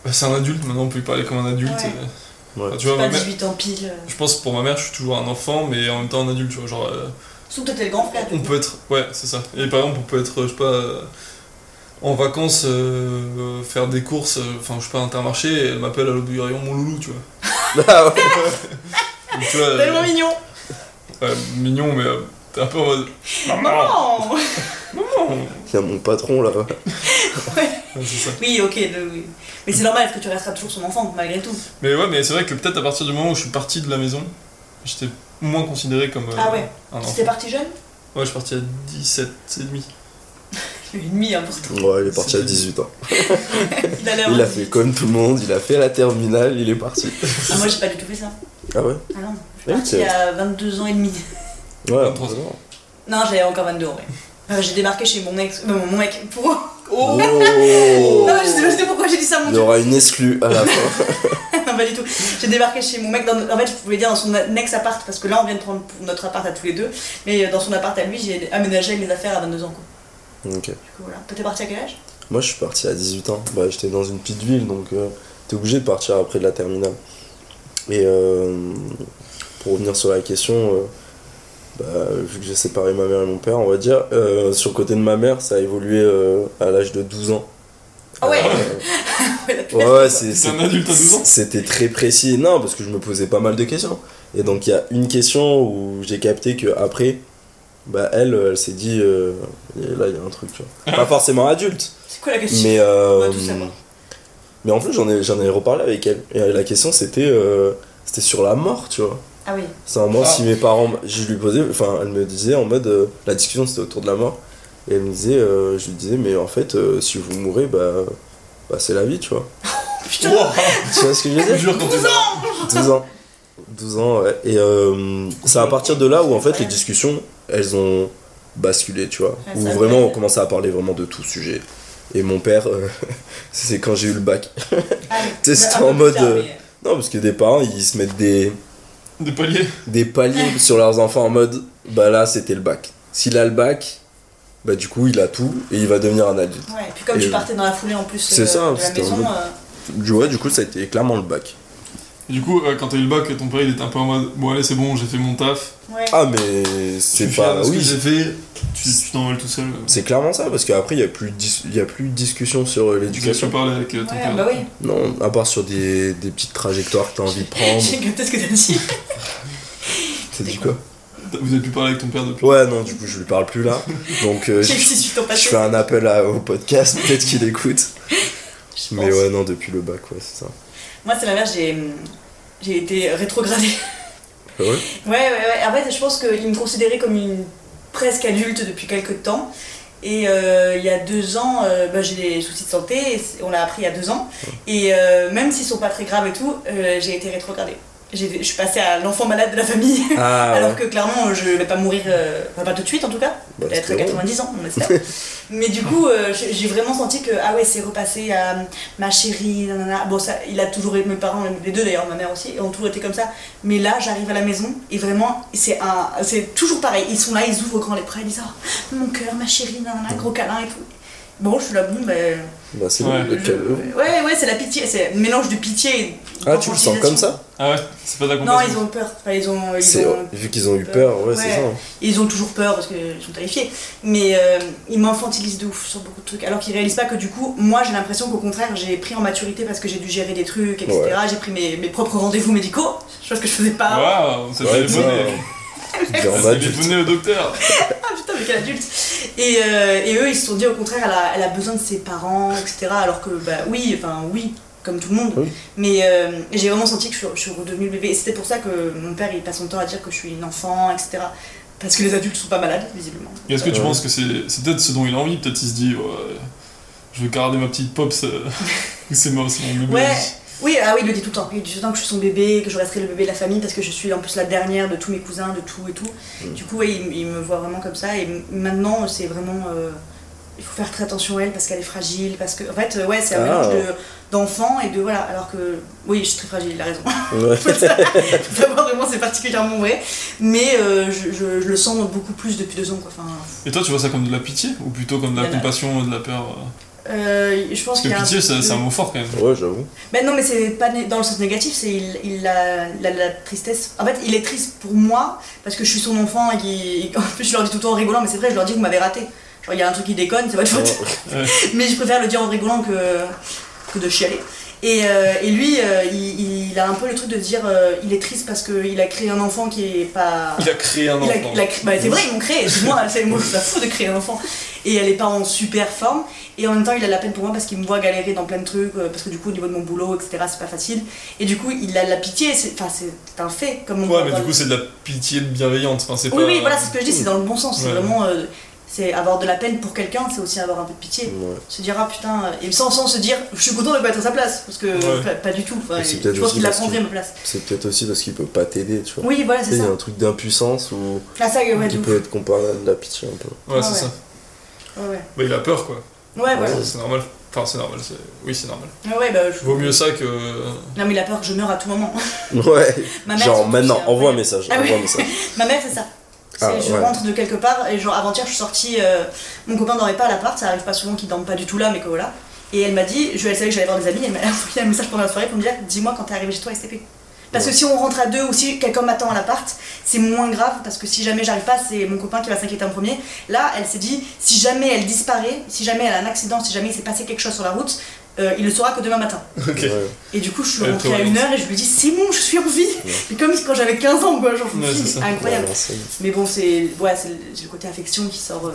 Bah, c'est un adulte, maintenant on peut lui parler comme un adulte. Ouais. et- Ouais. Enfin, tu J'ai vois, pas ma mère- 18 ans pile. euh. Je pense que pour ma mère, je suis toujours un enfant, mais en même temps un adulte. Tu vois, genre, euh, Sauf que t'es le grand frère. on peut être. Ouais, c'est ça. Et par exemple, on peut être, je sais pas, euh, en vacances, euh, faire des courses, euh, enfin, je sais pas, intermarché, et elle m'appelle à l'autre bout du rayon mon loulou, tu vois. Ah ouais. Donc, tu vois, euh, Tellement mignon ouais, mignon, mais euh, t'es un peu en mode. Maman Maman Maman Il y a mon patron, là. Ouais, c'est ça. Oui, ok, le- oui. mais c'est normal parce que tu resteras toujours son enfant malgré tout. Mais ouais, mais c'est vrai que peut-être à partir du moment où je suis parti de la maison, j'étais moins considéré comme euh, Ah ouais. un enfant. C'était parti jeune Ouais, je suis parti à 17 et demi. Une demi, hein, pourtant. Ouais, il est parti à C'est- 18 ans. Il allait avoir Il a dit- fait comme tout le monde, il a fait la terminale, il est parti. Ah, moi, j'ai pas du tout fait ça. Ah ouais Ah non, je suis Ouais, partie c'est- à 22 ans et demi. Ouais, 23 ans. Non, j'avais encore 22 en vrai. Enfin, j'ai débarqué chez mon ex, euh, mon mec pour. Oh Non, je sais pas du tout pourquoi j'ai dit ça, mon Il y dieu. aura une exclue à la fin. non, pas du tout. J'ai débarqué chez mon mec, dans, en fait, je pouvais dire dans son ex appart, parce que là, on vient de prendre pour notre appart à tous les deux, mais euh, dans son appart à lui, j'ai aménagé mes affaires à 22 ans. Quoi. Ok. Du coup, voilà. Toi, t'es parti à quel âge Moi, je suis parti à 18 ans. Bah, j'étais dans une petite ville, donc euh, t'es obligé de partir après de la terminale. Et euh, pour revenir sur la question, euh, bah, vu que j'ai séparé ma mère et mon père, on va dire, euh, sur le côté de ma mère, ça a évolué euh, à l'âge de 12 ans. Ah ouais. Euh, Ouais, la Ouais, peste, ouais, quoi. c'est- C'est c'est un adulte à 12 ans C'était très précis. Non, parce que je me posais pas mal de questions. Et donc, il y a une question où j'ai capté que après, bah, elle, elle s'est dit, euh, et là, il y a un truc, tu Ah vois. Pas forcément adulte, C'est quoi la question mais. euh, On va tous savoir. mais en plus, j'en ai, j'en ai reparlé avec elle. Et la question, c'était, euh, c'était sur la mort, tu vois. Ah oui. C'est un moment, Ah. si mes parents. Je lui posais, enfin, elle me disait en mode. euh, la discussion c'était autour de la mort. Et elle me disait, euh, je lui disais, mais en fait, euh, si vous mourrez, bah. Bah, c'est la vie, tu vois. Putain, Wow, tu vois ce que je veux je dire jure quand 12 t'es- ans 12 ans. 12 ans, ouais. Et euh, c'est à partir de là où, en fait, les discussions, elles ont basculé, tu vois. Ouais, Où ça a vraiment, on basculé. commençait à parler vraiment de tout sujet. Et mon père, euh, c'est quand j'ai eu le bac. Ah oui. Tu sais, c'était Bah, un peu en mode, plus tard, euh, mais, Non, parce que des parents, ils se mettent des, Des paliers. des paliers sur leurs enfants en mode, bah là, c'était le bac. S'il a le bac, bah du coup, il a tout et il va devenir un adulte. Ouais, et puis comme Et tu euh, partais dans la foulée en plus c'est euh, ça, de la c'était en maison, mode- euh, Du, ouais, du coup, ça a été clairement le bac. Du coup, euh, quand t'as eu le bac, ton père il était un peu en mode Bon, allez, c'est bon, j'ai fait mon taf. euh, ouais. Ah, mais Tu c'est fais pas. ce que Oui, j'ai fait, tu tu t'en mêles tout seul. c'est clairement ça, parce qu'après, il n'y a, plus de dis- il y a plus de discussion sur Tu euh, as l'éducation. pu parler avec euh, ton Ouais, père. bah oui. Non, à part sur des, des petites trajectoires que t'as envie de prendre. J'ai capté ce que t'as dit. C'est du quoi Vous avez pu parler avec ton père depuis Ouais, non, du coup, je lui parle plus là. Donc, euh, J'ai je, si tu t'en je passé. fais un appel à- au podcast, peut-être qu'il écoute. je Mais pense. ouais, non, depuis le bac, ouais, c'est ça. Moi, c'est l'inverse, j'ai j'ai été rétrogradée. Ah ouais Ouais, ouais, ouais. En fait, je pense qu'il me considérait comme une presque adulte depuis quelques temps. Et euh, il y a deux ans, euh, bah, j'ai des soucis de santé, et c'est- on l'a appris il y a deux ans. Et euh, même s'ils sont pas très graves et tout, euh, j'ai été rétrogradée. J'ai- Je suis passée à l'enfant malade de la famille. Ah, Alors ouais. que clairement, je vais pas mourir, euh, enfin, pas tout de suite en tout cas, Bah, peut-être à espérons. 90 ans, on espère. Mais du coup, euh, j'ai j'ai vraiment senti que, ah ouais, c'est repassé à ma chérie, nanana. Bon, ça, il a toujours été, mes parents, les deux d'ailleurs, ma mère aussi, ont toujours été comme ça. Mais là, j'arrive à la maison et vraiment, c'est un, c'est toujours pareil. Ils sont là, ils ouvrent grand les bras, ils disent, oh, mon cœur, ma chérie, nanana, gros câlin et tout. Bon, je suis là, bon, ben. Bah, c'est Ouais. le- le je- cadeau. Ouais, ouais, c'est la pitié, c'est un mélange de pitié et. Ah, tu le sens comme d'infantilisation. ça Ah ouais C'est pas de la Non, compassion. ils ont peur. Enfin, ils ont. Ils C'est- ont... Vu qu'ils ont eu peur, ouais, c'est ça. hein. Ouais. Ils ont toujours peur parce qu'ils sont terrifiés, mais euh, ils m'infantilisent de ouf sur beaucoup de trucs. Alors qu'ils réalisent pas que du coup, moi j'ai l'impression qu'au contraire, j'ai pris en maturité parce que j'ai dû gérer des trucs, etc. Ouais. J'ai pris mes, mes propres rendez-vous médicaux, chose que je faisais pas. avant. Waouh, ça fait Ouais, les ça, bonnets. T'es en Ça fait les adulte. bonnets au docteur. Ah putain, mais quel adulte et, euh, et eux, ils se sont dit au contraire, elle a, elle a besoin de ses parents, etc. Alors que, bah oui, enfin oui, comme tout le monde. Oui. Mais euh, j'ai vraiment senti que je, suis- je suis redevenue le bébé. Et c'était pour ça que mon père, il passe son temps à dire que je suis une enfant, etc. Parce que les adultes sont pas malades, visiblement. Et Est-ce que tu Ouais. penses que c'est c'est peut-être ce dont il a envie Peut-être il se dit Ouais, Je veux garder ma petite pop, ça- c'est moi, c'est mon bébé. Ouais. Oui, ah oui, il le dit tout le temps. Il le dit tout le temps que je suis son bébé, que je resterai le bébé de la famille parce que je suis en plus la dernière de tous mes cousins, de tout et tout. Mm. Du coup, ouais, il, il me voit vraiment comme ça. Et m- maintenant, c'est vraiment. euh, il faut faire très attention à elle parce qu'elle est fragile. Parce que, en fait, euh, ouais, c'est un Ah. mélange de- d'enfant et de. Voilà, alors que. Oui, je suis très fragile, il a raison. Ouais. D'abord, vraiment, c'est particulièrement vrai. Mais euh, je, je- je le sens beaucoup plus depuis deux ans, quoi. Enfin, Et toi, tu vois ça comme de la pitié Ou plutôt comme de la Il y en a. compassion, de la peur euh euh, je pense Parce que qu'il y a. un pitié, ça- peu- c'est un mot fort quand même. Ouais, j'avoue. Ben non, mais c'est pas né- dans le sens négatif, c'est il, il a, il a la tristesse. En fait, il est triste pour moi parce que je suis son enfant et, qu'il- et en plus je leur dis tout le temps en rigolant, mais c'est vrai, je leur dis vous m'avez raté. Genre, il y a un truc qui déconne, c'est votre faute. Ouais. mais je préfère le dire en rigolant que, que de chialer. Et, euh, et lui, euh, il, il a un peu le truc de dire euh, il est triste parce qu'il a créé un enfant qui est pas. Il a créé un Il a- enfant. il a cré- bah, c'est vrai, ils m'ont créé. C'est moi, c'est moi, c'est pas fou de créer un enfant. Et elle est pas en super forme. Et en même temps, il a de la peine pour moi parce qu'il me voit galérer dans plein de trucs. euh, Parce que du coup, au niveau de mon boulot, etc., c'est pas facile. Et du coup, il a de la pitié. c'est- Enfin, c'est un fait. Comme on Ouais, voit mais dans du le- coup, c'est de la pitié bienveillante. Enfin, c'est Oui, pas- oui, voilà, c'est ce que je dis, c'est dans le bon sens. C'est Ouais. vraiment. euh, c'est avoir de la peine pour quelqu'un, c'est aussi avoir un peu de pitié. Ouais. Se dire, ah putain, euh, et sans, sans se dire, je suis content de pas être à sa place. Parce que Ouais. pas, pas du tout. Enfin, Et c'est il- peut-être je pense aussi qu'il la parce prendrait que- ma place. C'est peut-être aussi parce qu'il peut pas t'aider, tu vois. Oui, voilà, Tu sais, c'est Il y ça. a un truc d'impuissance ou La saga, ouais, qui de ouf. peut être comparé à de la pitié un peu. Ouais, c'est Ah ouais. ça. Ouais, ouais. Bah, il a peur, quoi. Ouais, voilà. C'est normal. Enfin, c'est normal. c'est- Oui, c'est normal. Ouais, ouais, bah, je- Vaut mieux ça que. euh, Non, mais il a peur que je meure à tout moment. Ouais. Ma mère, Genre surtout, maintenant, c'est envoie un incroyable. message. Ah envoie ouais. un message. Ma mère, c'est ça. C'est- Ah, je ouais. rentre de quelque part et genre avant-hier je suis sortie, euh, mon copain dormait pas à l'appart, ça arrive pas souvent qu'il dorme pas du tout là mais que voilà. Et elle m'a dit, je, elle savait que j'allais voir des amis, elle m'a envoyé un message pendant la soirée pour me dire dis-moi quand t'es arrivé chez toi STP. Parce Ouais. que si on rentre à deux ou si quelqu'un m'attend à l'appart, c'est moins grave parce que si jamais j'arrive pas, c'est mon copain qui va s'inquiéter en premier. Là, elle s'est dit si jamais elle disparaît, si jamais elle a un accident, si jamais il s'est passé quelque chose sur la route, euh, il le saura que demain matin. Ok. Ouais. Et du coup, je suis Elle est rentrée à prévoyante. une heure et je lui dis c'est bon, je suis en vie. Mais comme quand j'avais 15 ans, quoi, genre, je me Ouais, suis c'est dit, ça. incroyable. Ouais, c'est- Mais bon, c'est ouais, c'est le c'est le côté affection qui sort euh,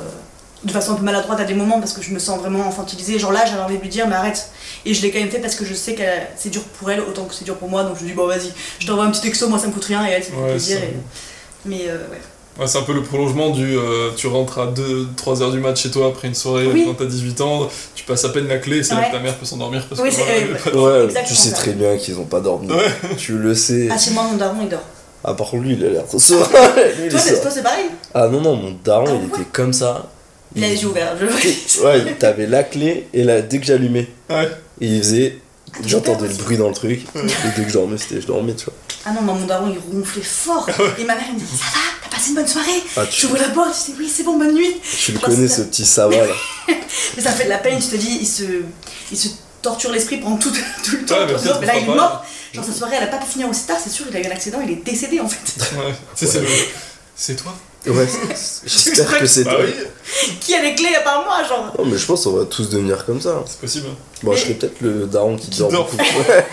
de façon un peu maladroite à des moments parce que je me sens vraiment infantilisée. Genre là, j'avais envie de lui dire, mais arrête. Et je l'ai quand même fait parce que je sais que c'est dur pour elle autant que c'est dur pour moi. Donc je lui dis, bon, vas-y, je t'envoie un petit texto, moi ça me coûte rien. Et elle, ça me fait Ouais, plaisir. ça. et- Mais euh, ouais. Ouais, c'est un peu le prolongement du euh, tu rentres à 2-3h du mat chez toi après une soirée Oui. quand t'as 18 ans, tu passes à peine la clé et c'est là Ouais. que ta mère peut s'endormir parce Oui, que c'est- voilà, euh, elle est pas- ouais. Ouais, Exactement tu sais ça. très bien qu'ils ont pas dormi. Tu le sais. Ah, chez moi, mon daron, il dort. À part lui, il a l'air trop serein. Lui, il Toi, est c'est- serein. toi, c'est pareil. Ah non, non, mon daron, Ah il ouais était comme ça. Il a les yeux ouverts, je le vois. Ouais, t'avais la clé et là, dès que j'allumais, Ouais. et il faisait. tu J'entendais fais le aussi. bruit dans le truc. Et dès que je dormais, c'était je dormais, tu vois. Ah non, non, mon daron, il ronflait fort. Ah Et ma mère, elle me dit, ça va, t'as passé une bonne soirée Ah, tu, J'ouvre la porte, je dis, oui, c'est bon, bonne nuit. tu le Parce connais, que- ce petit savat là. Mais ça fait de la peine, tu te dis, il se, il se torture l'esprit pendant tout, tout le temps. Ouais, mais tout le temps. peut-être Mais là, qu'on il est fera mort. Genre, sa soirée, elle a pas pu finir aussi tard, c'est sûr, il a eu un accident, il est décédé en fait. Ouais. Tu sais, c'est le- C'est toi Ouais, c'est- j'espère que c'est Bah toi. oui, Qui a les clés à part moi, genre Non, mais je pense qu'on va tous devenir comme ça. c'est possible. hein. Bon, Mais- je serais peut-être le daron qui, Qui dort, dort. beaucoup. Ouais.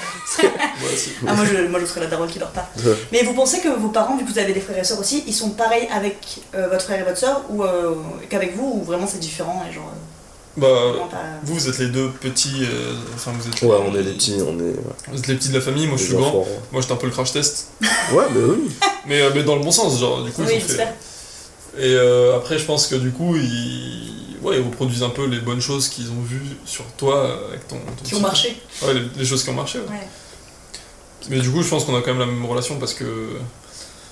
Ouais, c'est- Ah, moi, je, moi, je serais la daronne qui dort pas. Mais vous pensez que vos parents, vu que vous avez des frères et sœurs aussi, ils sont pareils avec euh, votre frère et votre sœur ou euh, qu'avec vous, ou vraiment c'est différent et genre. euh, Ah Bah, vraiment pas- vous, vous êtes les deux petits. euh, Enfin, vous êtes. Ouais, on est les petits, on est. Vous êtes les petits de la famille, moi je les suis grand. enfants. Moi j'étais un peu le crash test. Ouais, bah oui. Mais, euh, mais dans le bon sens, genre, du coup, ils Oui, ont fait. j'espère. Et euh, après, je pense que du coup, ils, ouais, ils reproduisent un peu les bonnes choses qu'ils ont vues sur toi euh, avec ton. ton Qui ont petit- marché. Ouais, les, les choses qui ont marché. ouais. Ouais. Mais du coup, je pense qu'on a quand même la même relation parce que.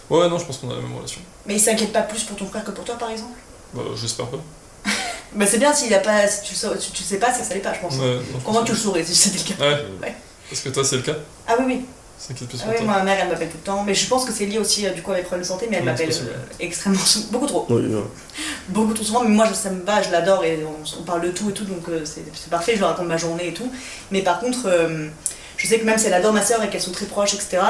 Ouais, non, je pense qu'on a la même relation. Mais ils s'inquiètent pas plus pour ton frère que pour toi, par exemple Bah, j'espère pas. Bah, c'est bien s'il a pas. Si tu, le sais- tu, tu le sais pas, c'est que ça l'est pas, je pense. Ouais, non, je Comment pense tu le saurais si c'était le cas que- Ouais. Ouais. Parce que toi, c'est le cas. Ah oui, oui. C'est plus Ah sur Oui, toi. moi, ma mère, elle m'appelle tout le temps, mais je pense que c'est lié aussi euh, du coup à mes problèmes de santé, mais elle Oui, m'appelle c'est possible. euh, extrêmement souvent, beaucoup trop, Oui, ouais. beaucoup trop souvent, mais moi je- ça me va, je l'adore et on, on parle de tout et tout, donc euh, c'est c'est parfait, je lui raconte ma journée et tout, mais par contre, euh, je sais que même si elle adore ma soeur et qu'elles sont très proches, etc.,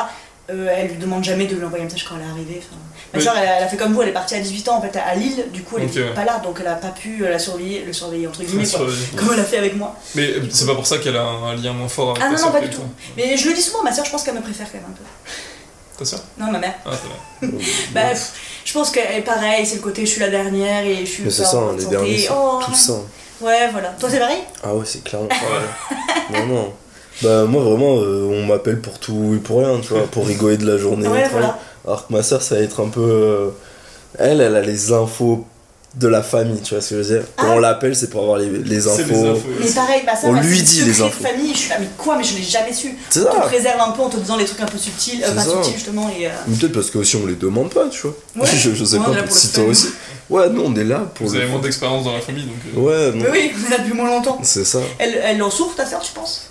euh, elle lui demande jamais de lui envoyer un message quand elle est arrivée. enfin. Ma Oui. soeur, elle, a- elle a fait comme vous, elle est partie à 18 ans en fait à à Lille, du coup elle Ok, n'était ouais. pas là, donc elle a pas pu euh, la surveiller, le surveiller entre Ouais, guillemets, sur quoi, la vie. comme elle a fait avec moi. Mais euh, c'est pas pour ça qu'elle a un lien moins fort avec Ah ta non, sœur non, pas que du toi. Mais je le dis souvent, ma soeur, je pense qu'elle me préfère quand même un peu. Ta sœur Non, ma mère. Ah, c'est vrai. Bah, pff, je pense que eh, pareil, c'est le côté je suis la dernière et je suis Mais c'est pas ça, en hein, bonne les santé. derniers, c'est Oh, tout ça. Ouais, voilà. Toi, c'est pareil Ah ouais, c'est clairement. non, non. Bah, moi, vraiment, euh, on m'appelle pour tout et pour rien, tu vois, pour rigoler de la journée. Ouais, tu vois. voilà. Alors que ma soeur, ça va être un peu. euh, Elle, elle a les infos de la famille, tu vois ce que je veux dire. Quand Ah. on l'appelle, c'est pour avoir les, les C'est les infos. infos. Mais pareil, bah ça, On bah, lui c'est dit le les secret de infos. famille, je suis là, mais quoi, mais je l'ai jamais su. C'est On te ça. préserve un peu en te disant les trucs un peu subtils, euh, C'est pas ça. subtils justement, et. euh, Mais Peut-être parce que aussi on les demande pas, tu vois. Ouais. Je, je sais Ouais, on est là pas pour si le toi fun. aussi. Ouais, non, on est là pour Oh. Vous le avez fun. moins d'expérience dans la famille donc. euh, Ouais, non. Mais oui, on est là depuis moins longtemps. C'est ça. Elle, elle en souffre, ta soeur, tu penses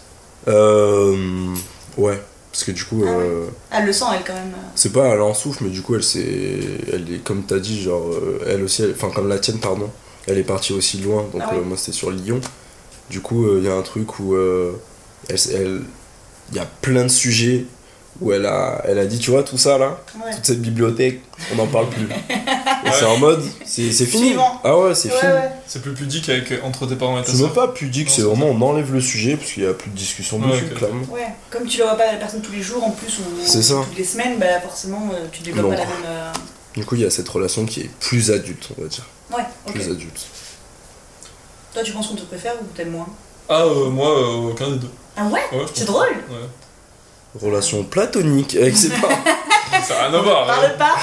Euh. Ouais. Parce que du coup, Ah ouais. euh, Elle le sent, elle, quand même. euh, c'est pas elle en souffle, mais du coup, elle s'est. Elle est, comme t'as dit, genre, euh, elle aussi, elle- enfin, comme la tienne, pardon, elle est partie aussi loin. Donc, Ah ouais. euh, moi, c'était sur Lyon. Du coup, il y a un truc où. euh, elle. s- elle- y a plein de sujets où elle a, elle a dit, tu vois, tout ça là, Ouais. toute cette bibliothèque, on n'en parle plus. Et c'est en mode, c'est c'est fini. Suivant. Ah ouais, c'est Ouais, fini. ouais. C'est plus pudique avec, entre tes parents et ta C'est sœur. même pas pudique, c'est vraiment on enlève le sujet parce qu'il n'y a plus de discussion Ouais, dessus, ok. clairement. Ouais, comme tu la vois pas la personne tous les jours en plus ou C'est ça. toutes les semaines, bah forcément euh, tu développes Non. pas la même. euh, Du coup, il y a cette relation qui est plus adulte, on va dire. Ouais, ok. Plus adulte. Toi tu penses qu'on te préfère ou t'aimes moins Ah, euh, moi, euh, aucun des deux. Ah ouais Ouais, je C'est comprends. drôle Ouais. Relation platonique avec ses parents. Ça n'a rien à voir. hein. Parle pas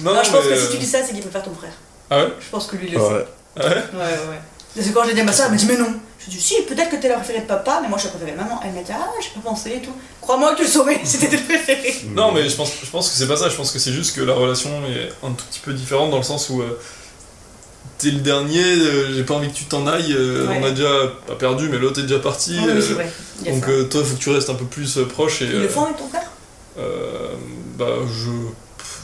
Non, Non, je pense mais, que si tu euh, dis ça, c'est qu'il préfère ton frère. Ah ouais Je pense que lui il le sait. Ouais. Ah ouais Ouais, ouais, ouais. Parce que quand j'ai dit à ma soeur, elle m'a dit, mais non. Je lui ai dit, si, peut-être que t'es la préférée de papa, mais moi je suis la préférée de maman. Elle m'a dit, ah, j'ai pas pensé et tout. Crois-moi que tu le saurais si t'étais le préféré. Non, mais je pense, je pense que c'est pas ça. Je pense que c'est juste que la relation est un tout petit peu différente dans le sens où euh, t'es le dernier, euh, j'ai pas envie que tu t'en ailles. euh, Ouais. On a déjà pas perdu, mais l'autre est déjà parti. Non, mais c'est euh, vrai. Il y a donc ça. euh, toi, faut que tu restes un peu plus euh, proche. Et, Ils le euh, font avec ton frère euh, bah, je,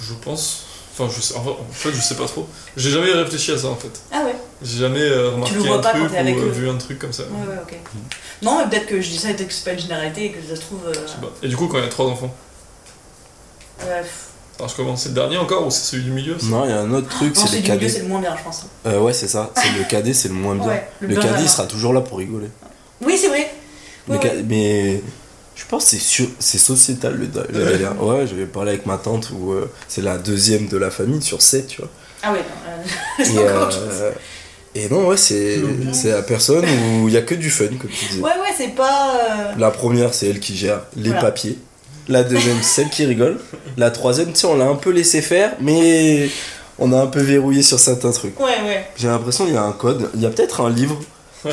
je pense. Enfin, je sais, en fait, je sais pas trop. J'ai jamais réfléchi à ça en fait. Ah ouais. J'ai jamais euh, Tu remarqué le vois un pas quand truc t'es avec ou euh, eux. vu un truc comme ça. Ouais, ouais, ok. Non, mais peut-être que je dis ça et peut-être que c'est pas une généralité et que ça se trouve. euh, Je sais pas. Et du coup, quand il y a trois enfants, ouais, pff. alors je commence, c'est le dernier encore ou c'est celui du milieu ça Non, il y a un autre truc, Non, c'est celui les du milieu, c'est cadets. le moins bien, je pense. hein. Euh, ouais, c'est ça. C'est le cadet, c'est le moins bien. Ouais, le bien cadet, bien. il sera toujours là pour rigoler. Oui, c'est vrai. Le Ouais, ca- ouais. Mais je pense que c'est sur- c'est sociétal le, da- le Ouais. délire. Ouais, j'avais parlé avec ma tante où euh, c'est la deuxième de la famille sur sept, tu vois. Ah ouais, non. euh, Et, c'est encore autre chose. euh, et non, ouais, c'est L'ambiance. c'est la personne où il y a que du fun, comme tu disais. Ouais, ouais, c'est pas. euh, La première, c'est elle qui gère les Voilà. papiers. La deuxième, celle qui rigole. La troisième, tu sais, on l'a un peu laissé faire, mais on a un peu verrouillé sur certains trucs. Ouais, ouais. J'ai l'impression qu'il y a un code, il y a peut-être un livre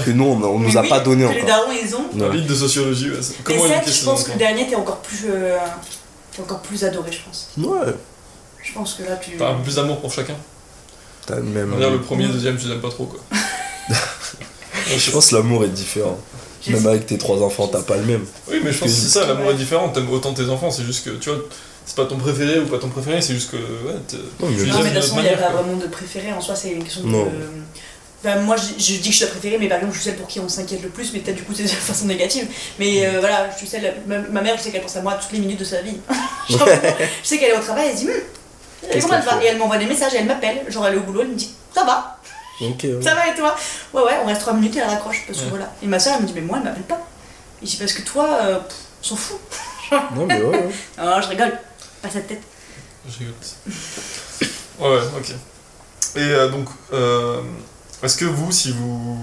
que nous, on, on Mais nous a oui, pas donné que Les encore. darons, ils ont. Un Ouais. livre de sociologie, ouais, c'est- comment mais éduquer ça, je ses pense que enfants le dernier, t'es encore plus. euh, T'es encore plus adoré, je pense. Ouais, Je pense que là, tu. T'as un peu plus d'amour pour chacun. t'as le même. On va dire le Mm. premier, le deuxième, tu les aimes pas trop quoi. Je pense que l'amour est différent. J'ai- Même avec tes trois enfants, t'as pas le même. Oui, mais je pense que c'est ça, l'amour est différent. T'aimes autant tes enfants, c'est juste que tu vois, c'est pas ton préféré ou pas ton préféré, c'est juste que ouais, t'es- Non, mais tu les Non, aimes mais d'une de toute autre façon, il n'y a manière. pas quoi. vraiment de préféré. En soi, c'est une question Non. de. Enfin, moi, je, je dis que je suis la préférée, mais par exemple, je suis celle pour qui on s'inquiète le plus, mais peut-être du coup, c'est de façon négative. Mais euh, voilà, je suis celle. Ma, ma mère, je sais qu'elle pense à moi toutes les minutes de sa vie. Genre, je sais qu'elle est au travail, elle se dit Hum, Qu'est-ce comment elle qu'elle va fait Et elle m'envoie des messages, et elle m'appelle. Genre, elle est au boulot, elle me dit Ça va, Ok, ouais. ça va et toi Ouais, ouais, on reste 3 minutes et elle raccroche, parce que Ouais. voilà. Et ma soeur, elle me dit Mais moi, elle m'appelle pas. Et je dis Parce que toi, euh, pff, on s'en fout. Non, mais ouais, ouais. Ah, je rigole, pas cette tête. Je rigole. Ouais, ouais, ok. Et euh, donc, euh, est-ce que vous, si vous,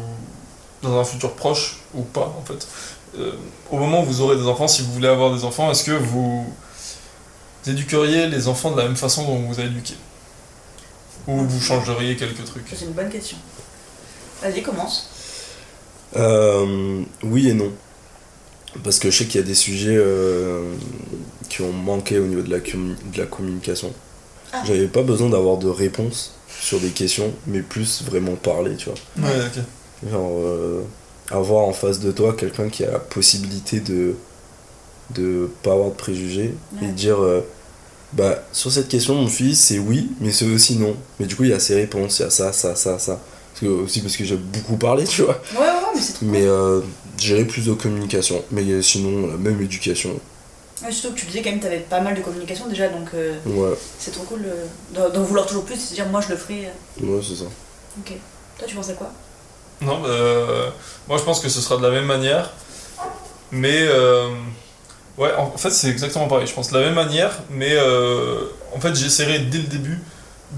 dans un futur proche ou pas, en fait, euh, au moment où vous aurez des enfants, si vous voulez avoir des enfants, est-ce que vous éduqueriez les enfants de la même façon dont on vous a éduqué Ou vous changeriez quelques trucs Ça, C'est une bonne question. Vas-y, commence. Euh, oui et non. Parce que je sais qu'il y a des sujets euh, qui ont manqué au niveau de la, commu- de la communication. Ah. J'avais pas besoin d'avoir de réponse sur des questions, mais plus vraiment parler, tu vois. Ouais, ok. Genre, euh, avoir en face de toi quelqu'un qui a la possibilité de de pas avoir de préjugés et Ouais. de dire euh, bah sur cette question mon fils c'est oui mais c'est aussi non mais du coup il y a ses réponses il y a ça ça ça ça parce que, aussi parce que j'ai beaucoup parlé tu vois Ouais, ouais, ouais, mais c'est trop mais euh, gérer plus de communication mais euh, sinon la même éducation Ouais, surtout que tu disais quand même que t'avais pas mal de communication déjà, donc euh, ouais c'est trop cool euh, d'en d'en vouloir toujours plus et de se dire moi je le ferai. euh. ouais c'est ça Ok. Toi tu penses à quoi Non, bah, euh, moi je pense que ce sera de la même manière, mais euh, ouais, en, en fait c'est exactement pareil. Je pense de la même manière, mais euh, en fait j'essaierai dès le début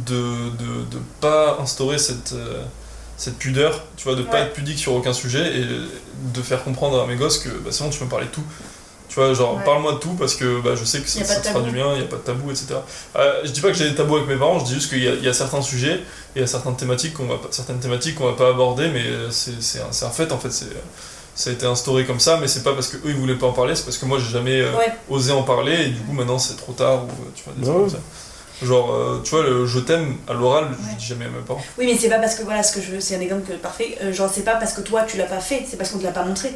de de, de pas instaurer cette euh, cette pudeur, tu vois, de pas Ouais. être pudique sur aucun sujet et de faire comprendre à mes gosses que bah, c'est bon, tu peux me parler de tout. Tu vois, genre Ouais. parle-moi de tout parce que bah, je sais que Y ça, a pas ça de te fera tabou. du bien, il n'y a pas de tabou, etc. Euh, je dis pas que j'ai des tabous avec mes parents, je dis juste qu'il y, a- il y a certains sujets et il y a certaines thématiques qu'on va pas, certaines thématiques qu'on va pas aborder, mais euh, c'est c'est un, c'est un fait en fait. c'est Ça a été instauré comme ça, mais c'est pas parce que eux ils voulaient pas en parler, c'est parce que moi j'ai jamais euh, Ouais. osé en parler et du coup maintenant c'est trop tard ou euh, tu vois des trucs Ouais. comme ça. Genre euh, tu vois le je t'aime à l'oral, je Ouais. dis jamais à mes parents. Oui mais c'est pas parce que voilà ce que je veux, c'est un exemple que- parfait. Euh, genre c'est pas parce que toi tu l'as pas fait, c'est parce qu'on te l'a pas montré.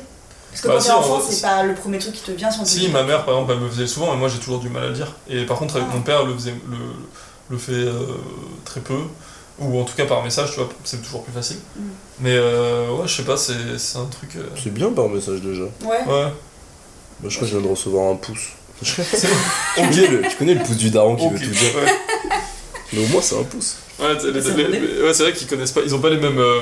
Parce que Bah, quand si, t'es en enfant vrai, c'est si. pas le premier truc qui te vient si on te Si dit. ma mère par exemple elle me faisait souvent et moi j'ai toujours du mal à le dire. Et par contre avec Ah. mon père le faisait le, le fait euh, très peu ou en tout cas par message tu vois c'est toujours plus facile. Mm. Mais euh, ouais je sais pas c'est c'est un truc. euh, c'est bien par message déjà moi Ouais. Ouais. je crois que je viens de recevoir un pouce C'est- tu connais le, tu connais le pouce du daron qui Ok. veut tout dire Ouais. Mais au moins, c'est un pouce. Ouais, t- les- Ça les- revenait. les- ouais, c'est vrai qu'ils connaissent pas, ils ont pas les mêmes, euh,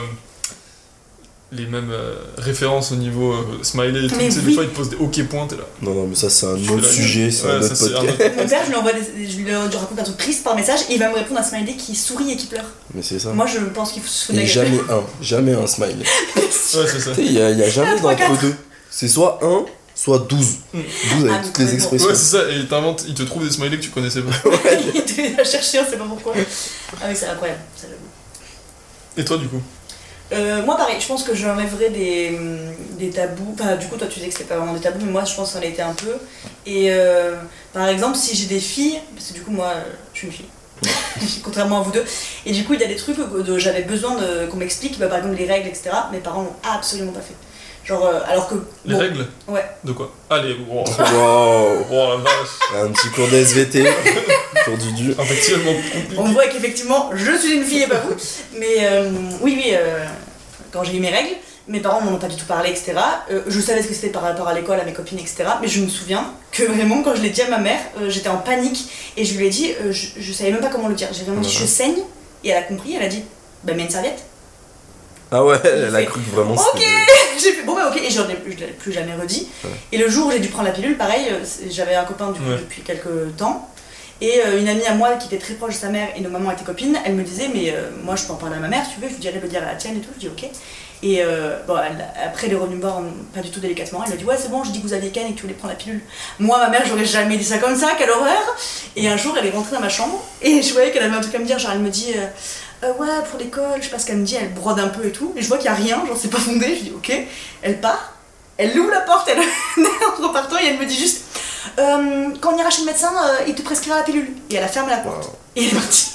les mêmes euh, références au niveau euh, smiley et tout. Mais Tu sais, des oui. fois ils te posent des ok points, t'es là. Non, non, mais ça, c'est Je un suis autre là, sujet, c'est ouais, un ça, autre c'est un podcast. autre- Mon père, je lui envoie des- je lui je lui raconte un truc triste par message et il va me répondre à un smiley qui sourit et qui pleure. Mais c'est Ah. ça. Moi, je pense qu'il faut se Et foutre de la jamais un, jamais un smile. gueule. Ouais, c'est ça. Tu sais, il y a, il y a jamais Trois, d'entre quatre. deux. C'est soit un, soit 12. Mm. 12 avec Ah, mais toutes les complètement. expressions. Ouais, c'est ça, et ils t'inventent, ils te trouvent des smileys que tu connaissais pas. Il devait la chercher, on sait pas pourquoi. Ah oui, c'est incroyable, ça, j'avoue. Et toi, du coup Euh, moi, pareil, je pense que j'enlèverais des, hum, des tabous. Enfin, du coup, toi, tu disais que c'était pas vraiment des tabous, mais moi, je pense que ça en était un peu. Et euh, par exemple, si j'ai des filles, parce que du coup, moi, euh, je suis une fille. Contrairement à vous deux. Et du coup, il y a des trucs que de- j'avais besoin de- qu'on m'explique, bah, par exemple les règles, etc. Mes parents l'ont absolument pas fait. Genre, euh, alors que. Les bon, règles Ouais. De quoi Allez, wow, Wow. wow, la vache Un petit cours de SVT pour Dudu. Effectivement compliqué. On voit qu'effectivement, je suis une fille et pas vous. Mais euh, oui, oui, euh, quand j'ai eu mes règles, mes parents m'en ont pas du tout parlé, etc. Euh, je savais ce que c'était par rapport à l'école, à mes copines, etc. Mais je me souviens que vraiment, quand je l'ai dit à ma mère, euh, j'étais en panique et je lui ai dit, euh, je, je savais même pas comment le dire. J'ai vraiment dit, Mhm. je saigne. Et elle a compris, elle a dit, bah, mets une serviette. Ah ouais, elle a cru que vraiment Ok. c'était. j'ai fait, bon, bah, ok. Et j'en ai, je l'ai plus jamais redit. Et le jour où j'ai dû prendre la pilule, pareil, euh, c'est- j'avais un copain du coup, Ouais. depuis quelques temps. Et euh, une amie à moi qui était très proche de sa mère et nos mamans étaient copines, elle me disait Mais euh, moi, je peux en parler à ma mère, si tu veux, je lui dirais de le dire à la tienne et tout. Je dis Ok. Et euh, bon, elle- après, elle est revenue me voir en- pas du tout délicatement. Elle m'a dit Ouais, c'est bon, je dis que vous aviez canne et que tu voulais prendre la pilule. Moi, ma mère, j'aurais jamais dit ça comme ça, quelle horreur Et un jour, elle est rentrée dans ma chambre et je voyais qu'elle avait un truc à me dire. Genre, elle me dit euh, Euh, Ouais, pour l'école, je sais pas ce qu'elle me dit, elle brode un peu et tout. Et je vois qu'il y a rien, genre, c'est pas fondé. Je dis Ok. Elle part, elle ouvre la porte, elle en repartant et elle me dit juste Euh, Quand on ira chez le médecin, euh, il te prescrira la pilule. Et elle a fermé la porte. Wow. Et elle est partie.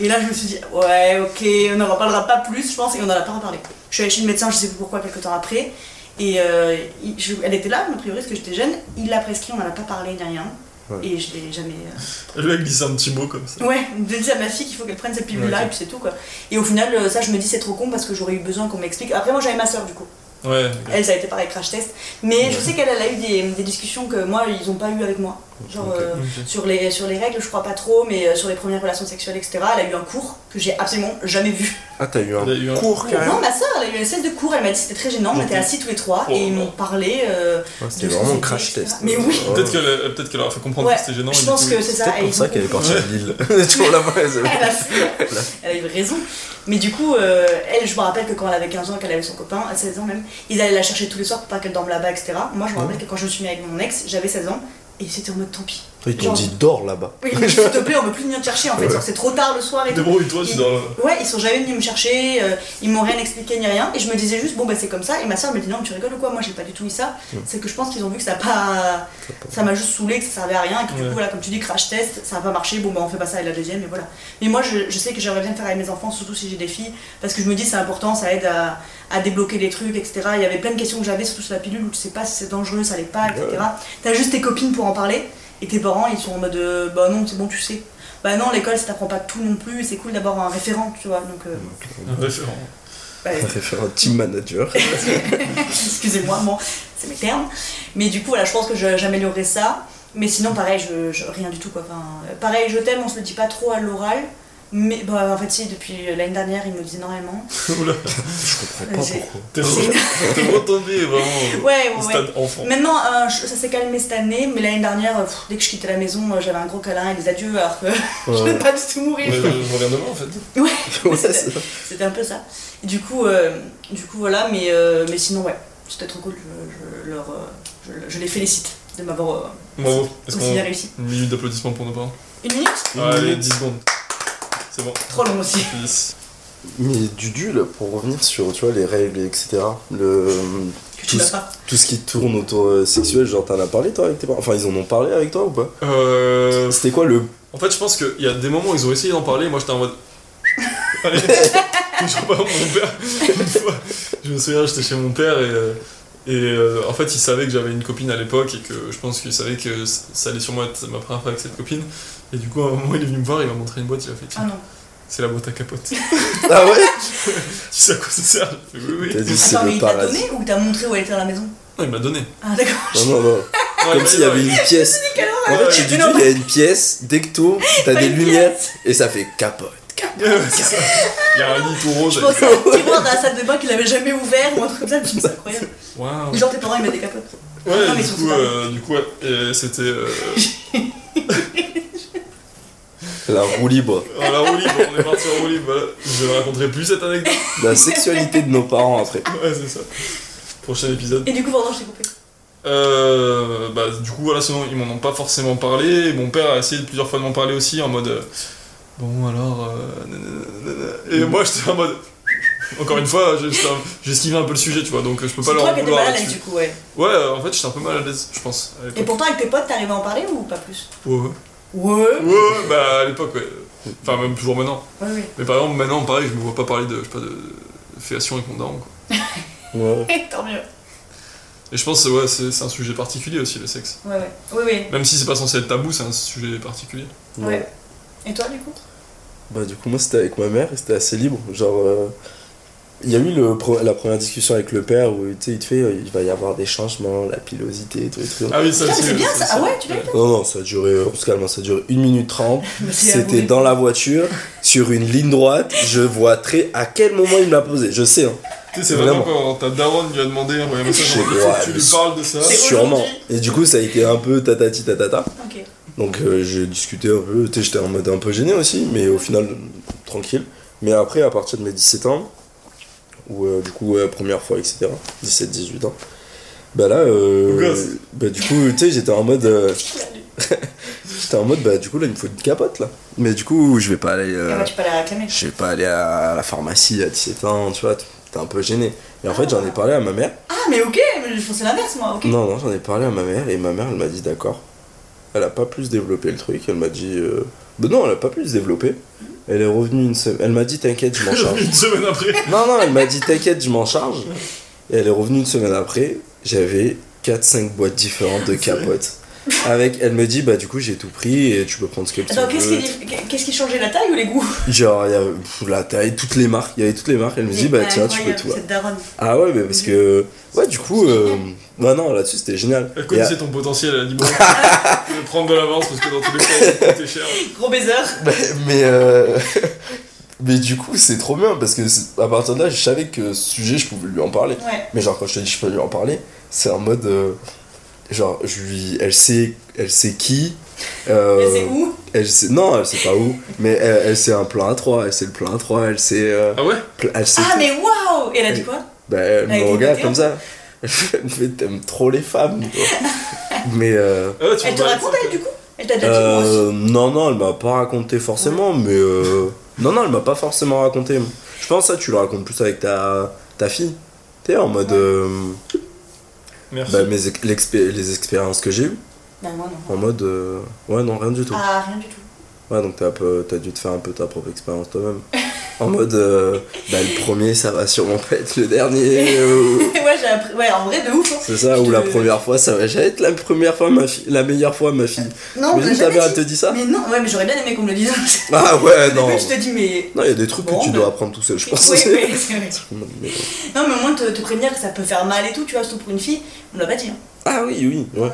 Et là, je me suis dit, ouais, ok, on n'en reparlera pas plus, je pense, et on n'en a pas reparlé. Je suis allée chez le médecin, je sais plus pourquoi, quelques temps après. Et euh, il- je- elle était là, a priori, parce que j'étais jeune. Il l'a prescrit, on n'en a pas parlé, ni rien. Ouais. Et je l'ai jamais. euh, Elle lui a glissé un petit mot comme ça. Ouais, je dis à ma fille qu'il faut qu'elle prenne cette pilule-là, Ok. et puis c'est tout, quoi. Et au final, euh, ça, je me dis, c'est trop con parce que j'aurais eu besoin qu'on m'explique. Après, moi, j'avais ma soeur, du coup. Ouais. Elle, ça a été pareil, crash test. Mais je sais qu'elle elle a eu des, des discussions que moi, ils n'ont pas eu avec moi. Genre. Ok. euh, sur les, sur les règles, je crois pas trop, mais euh, sur les premières relations sexuelles, etc., elle a eu un cours que j'ai absolument jamais vu. Ah, t'as eu un Elle a eu un- cours Non, carrément. ma soeur, elle a eu une espèce de cours, elle m'a dit c'était très gênant, on Ok. était assis tous les trois Oh, et ils non. m'ont parlé. euh, Ouais, C'était de ce vraiment que un crash c'était, test. etc. Mais oui. Ouais. Peut-être qu'elle peut leur a fait comprendre Ouais, que c'était gênant. et je du pense coup, que c'est ça. Peut-être et pour ils ça ont- qu'elle est partie à Lille. Tu vois, là-bas, elle- Elle a, fui. Elle a eu raison. Mais du coup, euh, elle, je me rappelle que quand elle avait 15 ans, qu'elle avait son copain, à 16 ans même, ils allaient la chercher tous les soirs pour pas qu'elle dorme là-bas, etc. Moi, je me rappelle que quand je me suis mis avec mon ex, j'avais 16 ans et c'était en mode tant pis. Ils t'ont dit dors là-bas. Oui, mais s'il te plaît, on veut plus venir te chercher en fait, genre, c'est trop tard le soir et tout. Débrouille-toi, tu Il- dors là. Ouais, ils sont jamais venus me chercher, euh, ils m'ont rien expliqué ni rien, et je me disais juste, bon bah c'est comme ça, et ma soeur me dit non, mais tu rigoles ou quoi, moi j'ai pas du tout eu ça, c'est que je pense qu'ils ont vu que ça a pas. ça m'a juste saoulé, que ça servait à rien, et que du Ouais. coup, voilà, comme tu dis, crash test, ça a pas marché, bon bah on fait pas ça avec la deuxième, et voilà. Mais moi je, je sais que j'aimerais bien le faire avec mes enfants, surtout si j'ai des filles, parce que je me dis c'est important, ça aide à, à débloquer les trucs, etc. Il y avait plein de questions que j'avais, surtout sur la pilule, où tu sais pas si c'est dangereux, ça l'est pas, etc. Ouais. T'as juste tes copines pour en parler, et tes parents ils sont en mode euh, bah non, c'est bon, tu sais. Bah non, l'école, ça t'apprend pas tout non plus, et c'est cool d'avoir un référent, tu vois. Donc, euh, Un référent. bah, Elle va faire un team manager. excusez-moi, bon, c'est mes termes. Mais du coup, voilà, je pense que je- j'améliorerai ça. Mais sinon, pareil, je, je- rien du tout, quoi. Enfin, euh, pareil, je t'aime, on se le dit pas trop à l'oral. Mais bah, en fait, si, depuis l'année dernière, il me le dit énormément. Oula, Je comprends pas J'ai- pourquoi. t'es C'est- re- t'es retombé Ouais, vraiment ouais, au ouais. stade enfant. Maintenant, euh, je- ça s'est calmé cette année, mais l'année dernière, euh, pff, dès que je quittais la maison, euh, j'avais un gros câlin et des adieux, alors que je Euh, Ouais. n'ai pas du tout mourir. Ouais, je je reviens demain en fait. Ouais, c'est ça. C'était un peu ça. Et du coup, euh, du coup voilà, mais, euh, mais sinon, ouais, c'était trop cool. Je, je leur, euh, je, je les félicite de m'avoir euh, Bravo. Est-ce aussi bien qu'on. réussi. Une minute d'applaudissements pour nos parents Une minute Une Ouais, Allez, minute. 10 secondes. C'est bon. Trop long aussi. Yes. Mais Dudu, là, pour revenir sur tu vois, les règles, etc., le, Que tu Tous- l'as pas. tout ce qui tourne autour euh, sexuel, genre t'en as parlé toi avec tes parents Enfin, ils en ont parlé avec toi ou pas Euh, C'était quoi le. En fait, je pense qu'il y a des moments où ils ont essayé d'en parler, et moi j'étais en mode. Allez, toujours pas mon père. Une fois, je me souviens, j'étais chez mon père et. euh, Et euh, en fait, il savait que j'avais une copine à l'époque et que je pense qu'il savait que c- ça allait sûrement être ma première fois avec cette copine. Et du coup, à un moment, il est venu me voir, il m'a montré une boîte, il a fait Ah non. C'est la boîte à capote. tu Ah ouais sais à quoi ça sert J'ai fait, Oui, oui. T'as dit c'est Attends, mais le il t'a paradis. donné ou t'a montré où elle était dans la maison Non, il m'a donné. Ah d'accord. Non, non, non. Comme s'il y avait une pièce. En fait, tu dis Mais non. qu'il y a une pièce, dès que t'ouvres, t'as Pas des une lumières pièce. et ça fait capote. capote. Il y a un lit tout rose. Je pense à un tiroir dans la salle de bain qu'il avait jamais ouvert ou un truc comme ça, je me dis, c'est incroyable. Waouh. Ou genre tes parents ils mettent des capotes. Ouais, Non, mais du, ils sont coup, super. euh, du coup, ouais, et c'était euh, La roue libre. la roue libre, on est parti en roue libre, voilà. Je ne raconterai plus cette anecdote. La sexualité de nos parents après. Ouais, c'est ça. Prochain épisode. Et du coup, pendant je t'ai coupé. Euh, bah, du coup, voilà, sinon, ils m'en ont pas forcément parlé. et Mon père a essayé plusieurs fois de m'en parler aussi, en mode. euh, bon, alors. euh, nanana, nanana. Et moi, j'étais en mode. Encore une fois, j'ai- j'étais un- j'ai esquivé un peu le sujet, tu vois, donc euh, je peux pas C'est leur toi en qui étais vouloir mal à l'aise là-dessus. du coup, ouais. Ouais, euh, en fait, j'étais un peu mal à l'aise, je pense. à Et l'époque. pourtant, avec tes potes, t'arrivais à en parler ou pas plus Ouais, ouais. Ouais. Ouais, ouais, bah à l'époque, ouais. Enfin, même toujours maintenant. Ouais, ouais. Mais par exemple, maintenant, pareil, je me vois pas parler de, je sais pas, de de féation avec mon daron. Quoi. Ouais. Tant mieux. Et je pense ouais, c'est c'est un sujet particulier aussi, le sexe. Ouais, ouais. Oui, oui. Même si c'est pas censé être tabou, c'est un sujet particulier. Ouais. Et toi, du coup Bah du coup moi c'était avec ma mère et c'était assez libre. Genre euh, il y a eu le, pre- la première discussion avec le père où tu sais il te fait euh, il va y avoir des changements, la pilosité et tout et tout. Ah oui, ça Putain, aussi, mais c'est ouais, bien, ça, ça. Ah ouais, tu l'as Non non ça a duré, euh, on se calme, hein, ça a duré 1 minute 30. Mais c'est C'était abonné. dans la voiture, sur une ligne droite, je vois très à quel moment il me l'a posé, je sais hein. Tu sais, C'est vraiment Vraiment. quand ta daronne lui a demandé, envoyez un message, Je sais genre, pas, tu mais lui c'est- parles de ça. C'est Sûrement. aujourd'hui. Et du coup ça a été un peu tatati tatata. Ok. Donc euh, j'ai discuté un peu, tu sais, j'étais en mode un peu gêné aussi, mais au final, tranquille. Mais après, à partir de mes 17 ans, ou euh, du coup, ouais, première fois, etc., 17-18 ans, bah là, euh, Ou gosse. bah du coup, tu sais, j'étais en mode, euh, j'étais en mode, bah du coup, là, il me faut une capote, là. Mais du coup, je vais pas aller, euh, Ah bah, tu peux la réclamer. je vais pas aller à la pharmacie à 17 ans, tu vois, t'es un peu gêné. Et en fait, j'en ai parlé à ma mère. Ah, mais ok, mais je pensais l'inverse, moi. Ok. Non, non, j'en ai parlé à ma mère et ma mère, elle m'a dit d'accord. Elle a pas plus développé le truc, elle m'a dit. euh, Ben non, elle a pas plus développé. Elle est revenue une semaine. Elle m'a dit t'inquiète, je m'en charge. Une semaine après. non, non, elle m'a dit t'inquiète, je m'en charge. Et elle est revenue une semaine après, j'avais 4-5 boîtes différentes de capotes. Avec, elle me dit bah du coup j'ai tout pris et tu peux prendre ce que tu Attends, qu'est-ce veux. qui, qu'est-ce qui changeait la taille ou les goûts Genre, il y avait pff, la taille, toutes les marques, il y avait toutes les marques. Elle me dit bah tiens, tu peux tout. Cette daronne. Ah ouais, mais parce que. Ouais, du coup. Euh... Ouais, non, là-dessus c'était génial. Elle Et à- connaissait ton potentiel, elle a dit bon, je vais prendre de l'avance parce que dans tous les cas, t'es cher. Gros baiser. Bah, mais euh, mais du coup c'est trop bien parce que c'est- à partir de là je savais que ce sujet je pouvais lui en parler Ouais. mais genre quand je te dis je peux lui en parler c'est en mode euh, genre je lui elle sait elle sait qui euh, Mais c'est où elle sait- non elle sait pas où mais elle, elle sait un plan à 3 elle sait le plan à 3 elle sait euh, Ah ouais pl- elle sait Ah, tout. mais waouh Et elle a dit quoi Bah, elle Elle me est regarde dégoûtée, comme ça elle me fait t'aimes trop les femmes toi. mais euh, Ah ouais, tu Elle te me parlais de raconte, ça, elle, quoi. du coup Elle t'a déjà dit moi aussi. Euh, non, non, elle m'a pas raconté forcément, mais euh, non, non, elle m'a pas forcément raconté. Je pense que ça, tu le racontes plus avec ta, ta fille. T'es en mode euh, Merci. bah, mes ex- l'expé- les expériences que j'ai eues, Bah, moi, en non. mode euh, ouais, non, rien du tout. Ah, rien du tout. Ouais, donc t'as, un peu- t'as dû te faire un peu ta propre expérience toi-même. En mode euh, bah, le premier, ça va sûrement pas être le dernier. euh, ouais, j'ai appris. Ouais, en vrai, de ouf. hein. c'est ça, Je ou la te- première fois, ça va jamais être la première fois, ma fille, la meilleure fois, ma fille. Non, Imagine mais ta jamais mère, elle dit. te dit ça Mais non, ouais, mais j'aurais bien aimé qu'on me le dise. Ah ouais, Au non. Oh, début, tu te dis, mais. Non, il y a des trucs Bon, que tu bah. dois apprendre tout seul, je pense. Oui, oui, c'est vrai. Mais- Non, mais au moins te, te prévenir que ça peut faire mal et tout, tu vois, surtout pour une fille, on me l'a pas dit. hein. Ah oui, oui, ouais.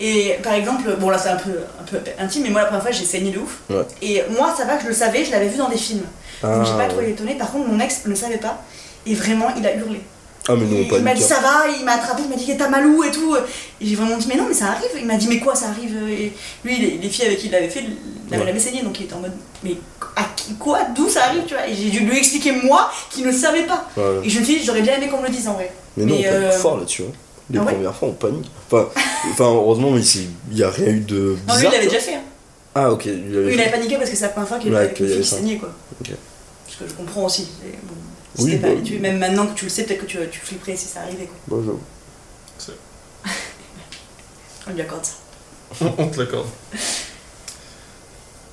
Et par exemple, bon là c'est un peu, un peu intime, mais moi la première fois j'ai saigné de ouf. Ouais. Et moi ça va que je le savais, je l'avais vu dans des films. Donc j'ai Ah, pas trop ouais. été étonnée. Par contre, mon ex ne le savait pas. Et vraiment, il a hurlé. Ah, mais nous, on il il m'a panique. dit hein. ça va, il m'a attrapé, il m'a dit t'as mal où et tout. Et j'ai vraiment dit mais non, mais ça arrive. Il m'a dit mais quoi, ça arrive. Et lui, les, les filles avec qui il l'avait fait, il Ouais. l'avait saigné. Donc il était en mode mais à qui- quoi, d'où ça arrive, tu vois. Et j'ai dû lui expliquer moi qui ne savais pas. Ouais, ouais. Et je me suis dit j'aurais bien aimé qu'on me le dise en vrai. hein. Mais nous, on mais, panique euh, fort là-dessus. hein. Les ah ouais premières fois, on panique. Enfin, enfin heureusement, mais c'est- il n'y a rien eu de Non, lui il bizarre. quoi. l'avait déjà fait. hein. Ah, ok, il Oui, avait il fait. avait paniqué parce que c'est la première fois qu'il Ouais, avait qu'il y qu'il avait ça. saignait quoi. Ok. Parce que je comprends aussi. mais Bon, si Oui, t'es bah. pas habitué, même maintenant que tu le sais, peut-être que tu, tu flipperais si ça arrivait quoi. Bon, j'avoue. On lui accorde ça. On, on te l'accorde.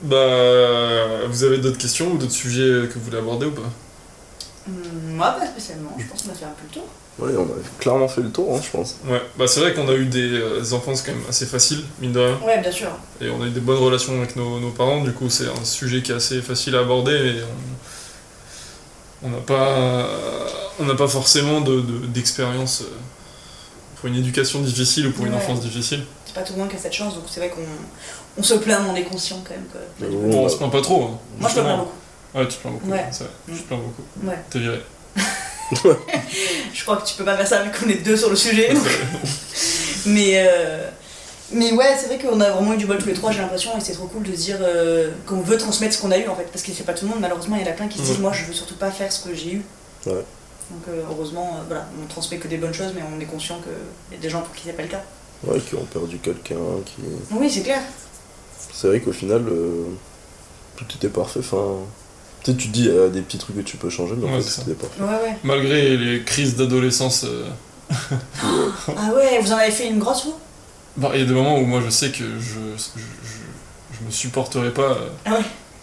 Bah, vous avez d'autres questions ou d'autres sujets que vous voulez aborder ou pas Hum, Moi pas spécialement, je pense qu'on a fait un peu le tour. Ouais, on a clairement fait le tour, hein, je pense. Ouais, bah c'est vrai qu'on a eu des euh, enfances quand même assez faciles, mine de rien, Ouais, bien sûr. et on a eu des bonnes relations avec nos, nos parents, du coup c'est un sujet qui est assez facile à aborder, et on on n'a pas, on n'a pas forcément de- de- d'expérience, euh, pour une éducation difficile ou pour une Ouais. enfance difficile. C'est pas tout le monde qui a cette chance, donc c'est vrai qu'on on se plaint, mais on est conscient quand même. que- Mais Bon, bon, on bah, se plaint pas trop. hein, Moi, je te justement. plains beaucoup. Ouais, tu te plains beaucoup. Ouais. c'est vrai, Tu te plains beaucoup. Ouais. T'es viré. Je crois que tu peux pas faire ça vu qu'on est deux sur le sujet. donc. mais, euh, mais ouais, c'est vrai qu'on a vraiment eu du bol tous les trois, j'ai l'impression, et c'est trop cool de se dire euh, qu'on veut transmettre ce qu'on a eu en fait. Parce qu'il fait pas tout le monde, malheureusement, il y en a plein qui se disent Ouais. Moi, je veux surtout pas faire ce que j'ai eu. Ouais. Donc euh, heureusement, euh, voilà, on transmet que des bonnes choses, mais on est conscient qu'il y a des gens pour qui c'est pas le cas. ouais, qui ont perdu quelqu'un, qui... Oui, c'est clair. C'est vrai qu'au final, euh, tout était parfait, enfin... Tu sais, tu te dis, il y a des petits trucs que tu peux changer, mais en Ouais, fait, c'est tout était parfait. Ouais, ouais. Malgré les crises d'adolescence, euh, Ah ouais, vous en avez fait une grosse, vous bah, il y a des moments où moi je sais que je, je, je- je me supporterais pas. euh, Ah ouais.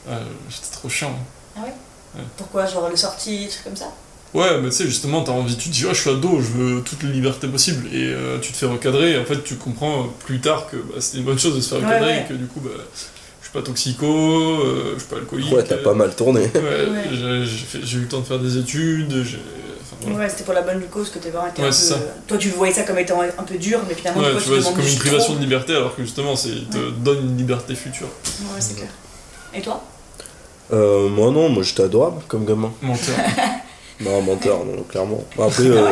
euh, J'étais trop chiant. Pourquoi Genre les sorties, des trucs comme ça Ouais, mais tu sais, justement, t'as envie, tu te dis, ouais, je suis ado, je veux toute la liberté possible, et euh, tu te fais recadrer, et en fait, tu comprends euh, plus tard que bah, c'était une bonne chose de se faire Ouais, recadrer, ouais. et que du coup, bah, je suis pas toxico, euh, je suis pas alcoolique. Ouais, t'as euh, pas mal tourné. ouais, Ouais. j'ai- j'ai fait- j'ai eu le temps de faire des études, j'ai. Enfin, voilà. Ouais, c'était pour la bonne cause que tes parents étaient Ouais, un peu... euh, c'est ça. Toi, tu voyais ça comme étant un peu dur, mais finalement, Ouais, toi, tu vois, te c'est demandes comme une juste privation trop. de liberté, alors que justement, c'est, il te donne une liberté future. Ouais, c'est clair. Et toi Euh, moi non, moi j'étais adorable comme gamin. Menteur. Non, Bah, menteur, non, clairement. Bah, Après, euh,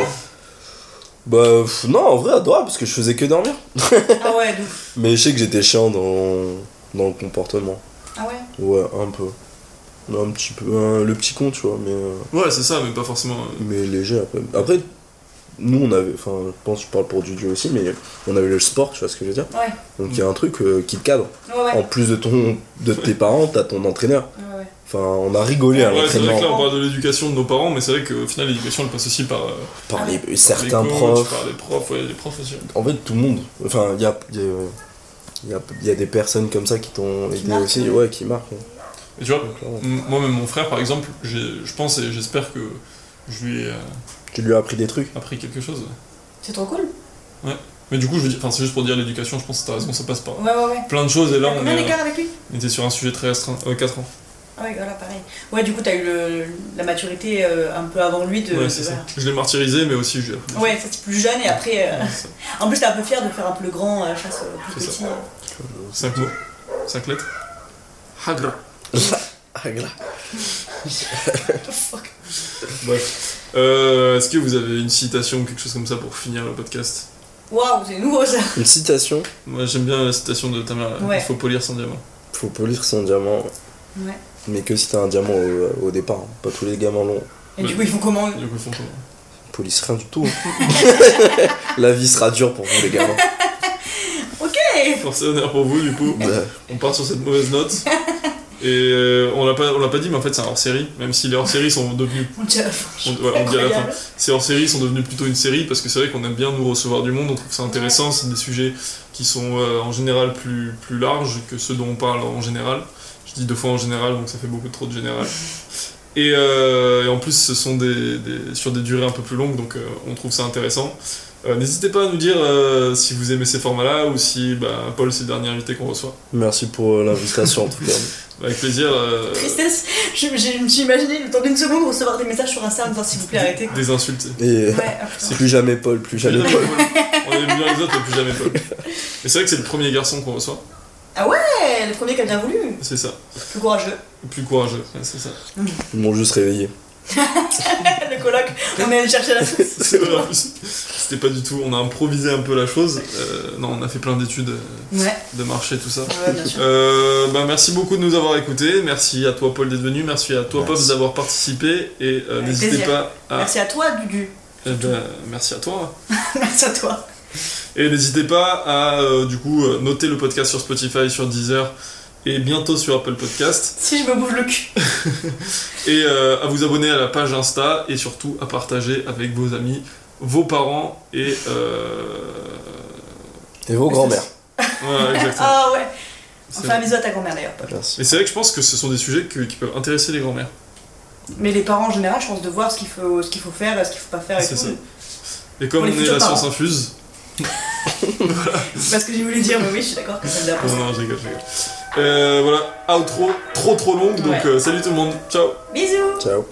bah pff, non, en vrai adorable parce que je faisais que dormir. Ah ouais, d'où Mais je sais que j'étais chiant dans, dans le comportement. Ah ouais Ouais, un peu. Un petit peu, un- le petit con, tu vois, mais, euh, ouais, c'est ça, mais pas forcément. euh, mais léger après. Après, nous on avait, enfin, je pense que je parle pour Dudu aussi, mais on avait le sport, tu vois ce que je veux dire. Ouais, Donc il y a un truc euh, qui te cadre. ouais, ouais. En plus de, ton, de tes parents, t'as ton entraîneur. Oh. Ouais, ouais. Enfin, on a rigolé à Ouais, c'est vrai l'entraînement que là, on parle de l'éducation de nos parents, mais c'est vrai qu'au final, l'éducation, elle passe aussi par, euh, par les- par les certains coachs, profs. par les profs, ouais, les profs aussi. en fait tout le monde enfin il y a il y a- il y a, il y a des personnes comme ça qui t'ont Qui aidé marquent, aussi ouais. ouais qui marquent ouais. Et tu vois, Clairement. M- Moi, même mon frère, par exemple, j'ai- je pense et j'espère que je lui ai euh, tu lui as appris des trucs appris quelque chose. C'est trop cool. Mais du coup, je veux dire, enfin, c'est juste pour dire l'éducation, je pense que t'as raison, ça passe par Ouais, ouais, ouais. plein de choses. Et là, T'as on, combien est, euh, d'écart avec lui on était sur un sujet très restreint, 4 ans. Ah ouais, voilà, pareil. Ouais, du coup, t'as eu le- la maturité euh, un peu avant lui de... ouais, de- c'est ça. voilà. Je l'ai martyrisé, mais aussi je lui ai appris. des Ouais, ça c'est plus jeune et après. euh, choses. C'est ça. En plus, t'es un peu fier de faire un peu le grand euh, face au plus C'est petit. ça. Cinq mots, cinq lettres. Hagra. Ah, Fuck. Bref. Euh, Est-ce que vous avez une citation ou quelque chose comme ça pour finir le podcast Waouh, c'est nouveau ça. une citation Moi, j'aime bien la citation de ta mère, là. Ouais. il faut polir son diamant. faut polir son diamant Ouais. mais que si t'as un diamant au, au départ hein. pas tous les gamins l'ont Et du coup, ils font comment eux Du coup, ils font comment polisse rien du tout hein. la vie sera dure pour vous les gamins Force et honneur pour vous, du coup. Ouais. On part sur cette mauvaise note. Et euh, on l'a pas, on l'a pas dit, mais en fait c'est un hors série. Même si les hors séries sont devenus, On dirait on, ouais, on dit à la fin, ces hors séries sont devenus plutôt une série parce que c'est vrai qu'on aime bien nous recevoir du monde. On trouve ça intéressant. C'est des sujets qui sont euh, en général plus plus larges que ceux dont on parle en général. Je dis deux fois en général, donc ça fait beaucoup trop de général. Et, euh, et en plus, ce sont des, des- sur des durées un peu plus longues, donc euh, on trouve ça intéressant. Euh, N'hésitez pas à nous dire euh, si vous aimez ces formats-là ou si bah, Paul c'est le dernier invité qu'on reçoit. merci pour euh, l'invitation en tout cas Avec plaisir. euh, Tristesse, je je me suis imaginé le temps d'une seconde recevoir des messages sur Instagram disant s'il vous plaît arrêtez. Des insultes. et euh, Ouais, ah, putain. plus jamais Paul plus jamais Plus Paul jamais Paul. On aime bien les autres, mais plus jamais Paul. Et c'est vrai que c'est le premier garçon qu'on reçoit. Ouais, eh, le premier qui a bien voulu, C'est ça. plus courageux. Le plus courageux. Ouais, c'est ça. ils m'ont juste réveillé le coloc, on est allé chercher la sauce. C'est vrai, en plus, C'était pas du tout. On a improvisé un peu la chose. Euh, non, on a fait plein d'études euh, Ouais, de marché, tout ça. ouais, bien sûr. Euh, bah, merci beaucoup de nous avoir écoutés. Merci à toi, Paul, d'être venu. Merci à toi, Merci. Pops, d'avoir participé. Et euh, Avec n'hésitez plaisir. pas à. Merci à toi, Dudu. Eh ben, merci à toi. Merci à toi. Et n'hésitez pas à euh, du coup euh, noter le podcast sur Spotify, sur Deezer et bientôt sur Apple Podcast. Si je me bouge le cul. Et euh, à vous abonner à la page Insta et surtout à partager avec vos amis, vos parents et... Euh... et vos grands-mères Voilà, exactement. Ah ouais. On C'est- fait un bisou à ta grand-mère d'ailleurs. Paul. merci Mais c'est vrai que je pense que ce sont des sujets que- qui peuvent intéresser les grands-mères. Mais les parents en général, je pense de voir ce qu'il faut, ce qu'il faut faire, ce qu'il faut pas faire et C'est tout. ça. Et comme Pour on les est futurs la science parents. infuse... C'est pas ce que j'ai voulu dire, mais oui, je suis d'accord que ça me l'a Non, non, je rigole, je rigole. Euh, voilà, outro trop trop longue, donc Ouais. euh, salut tout le monde, ciao Bisous ciao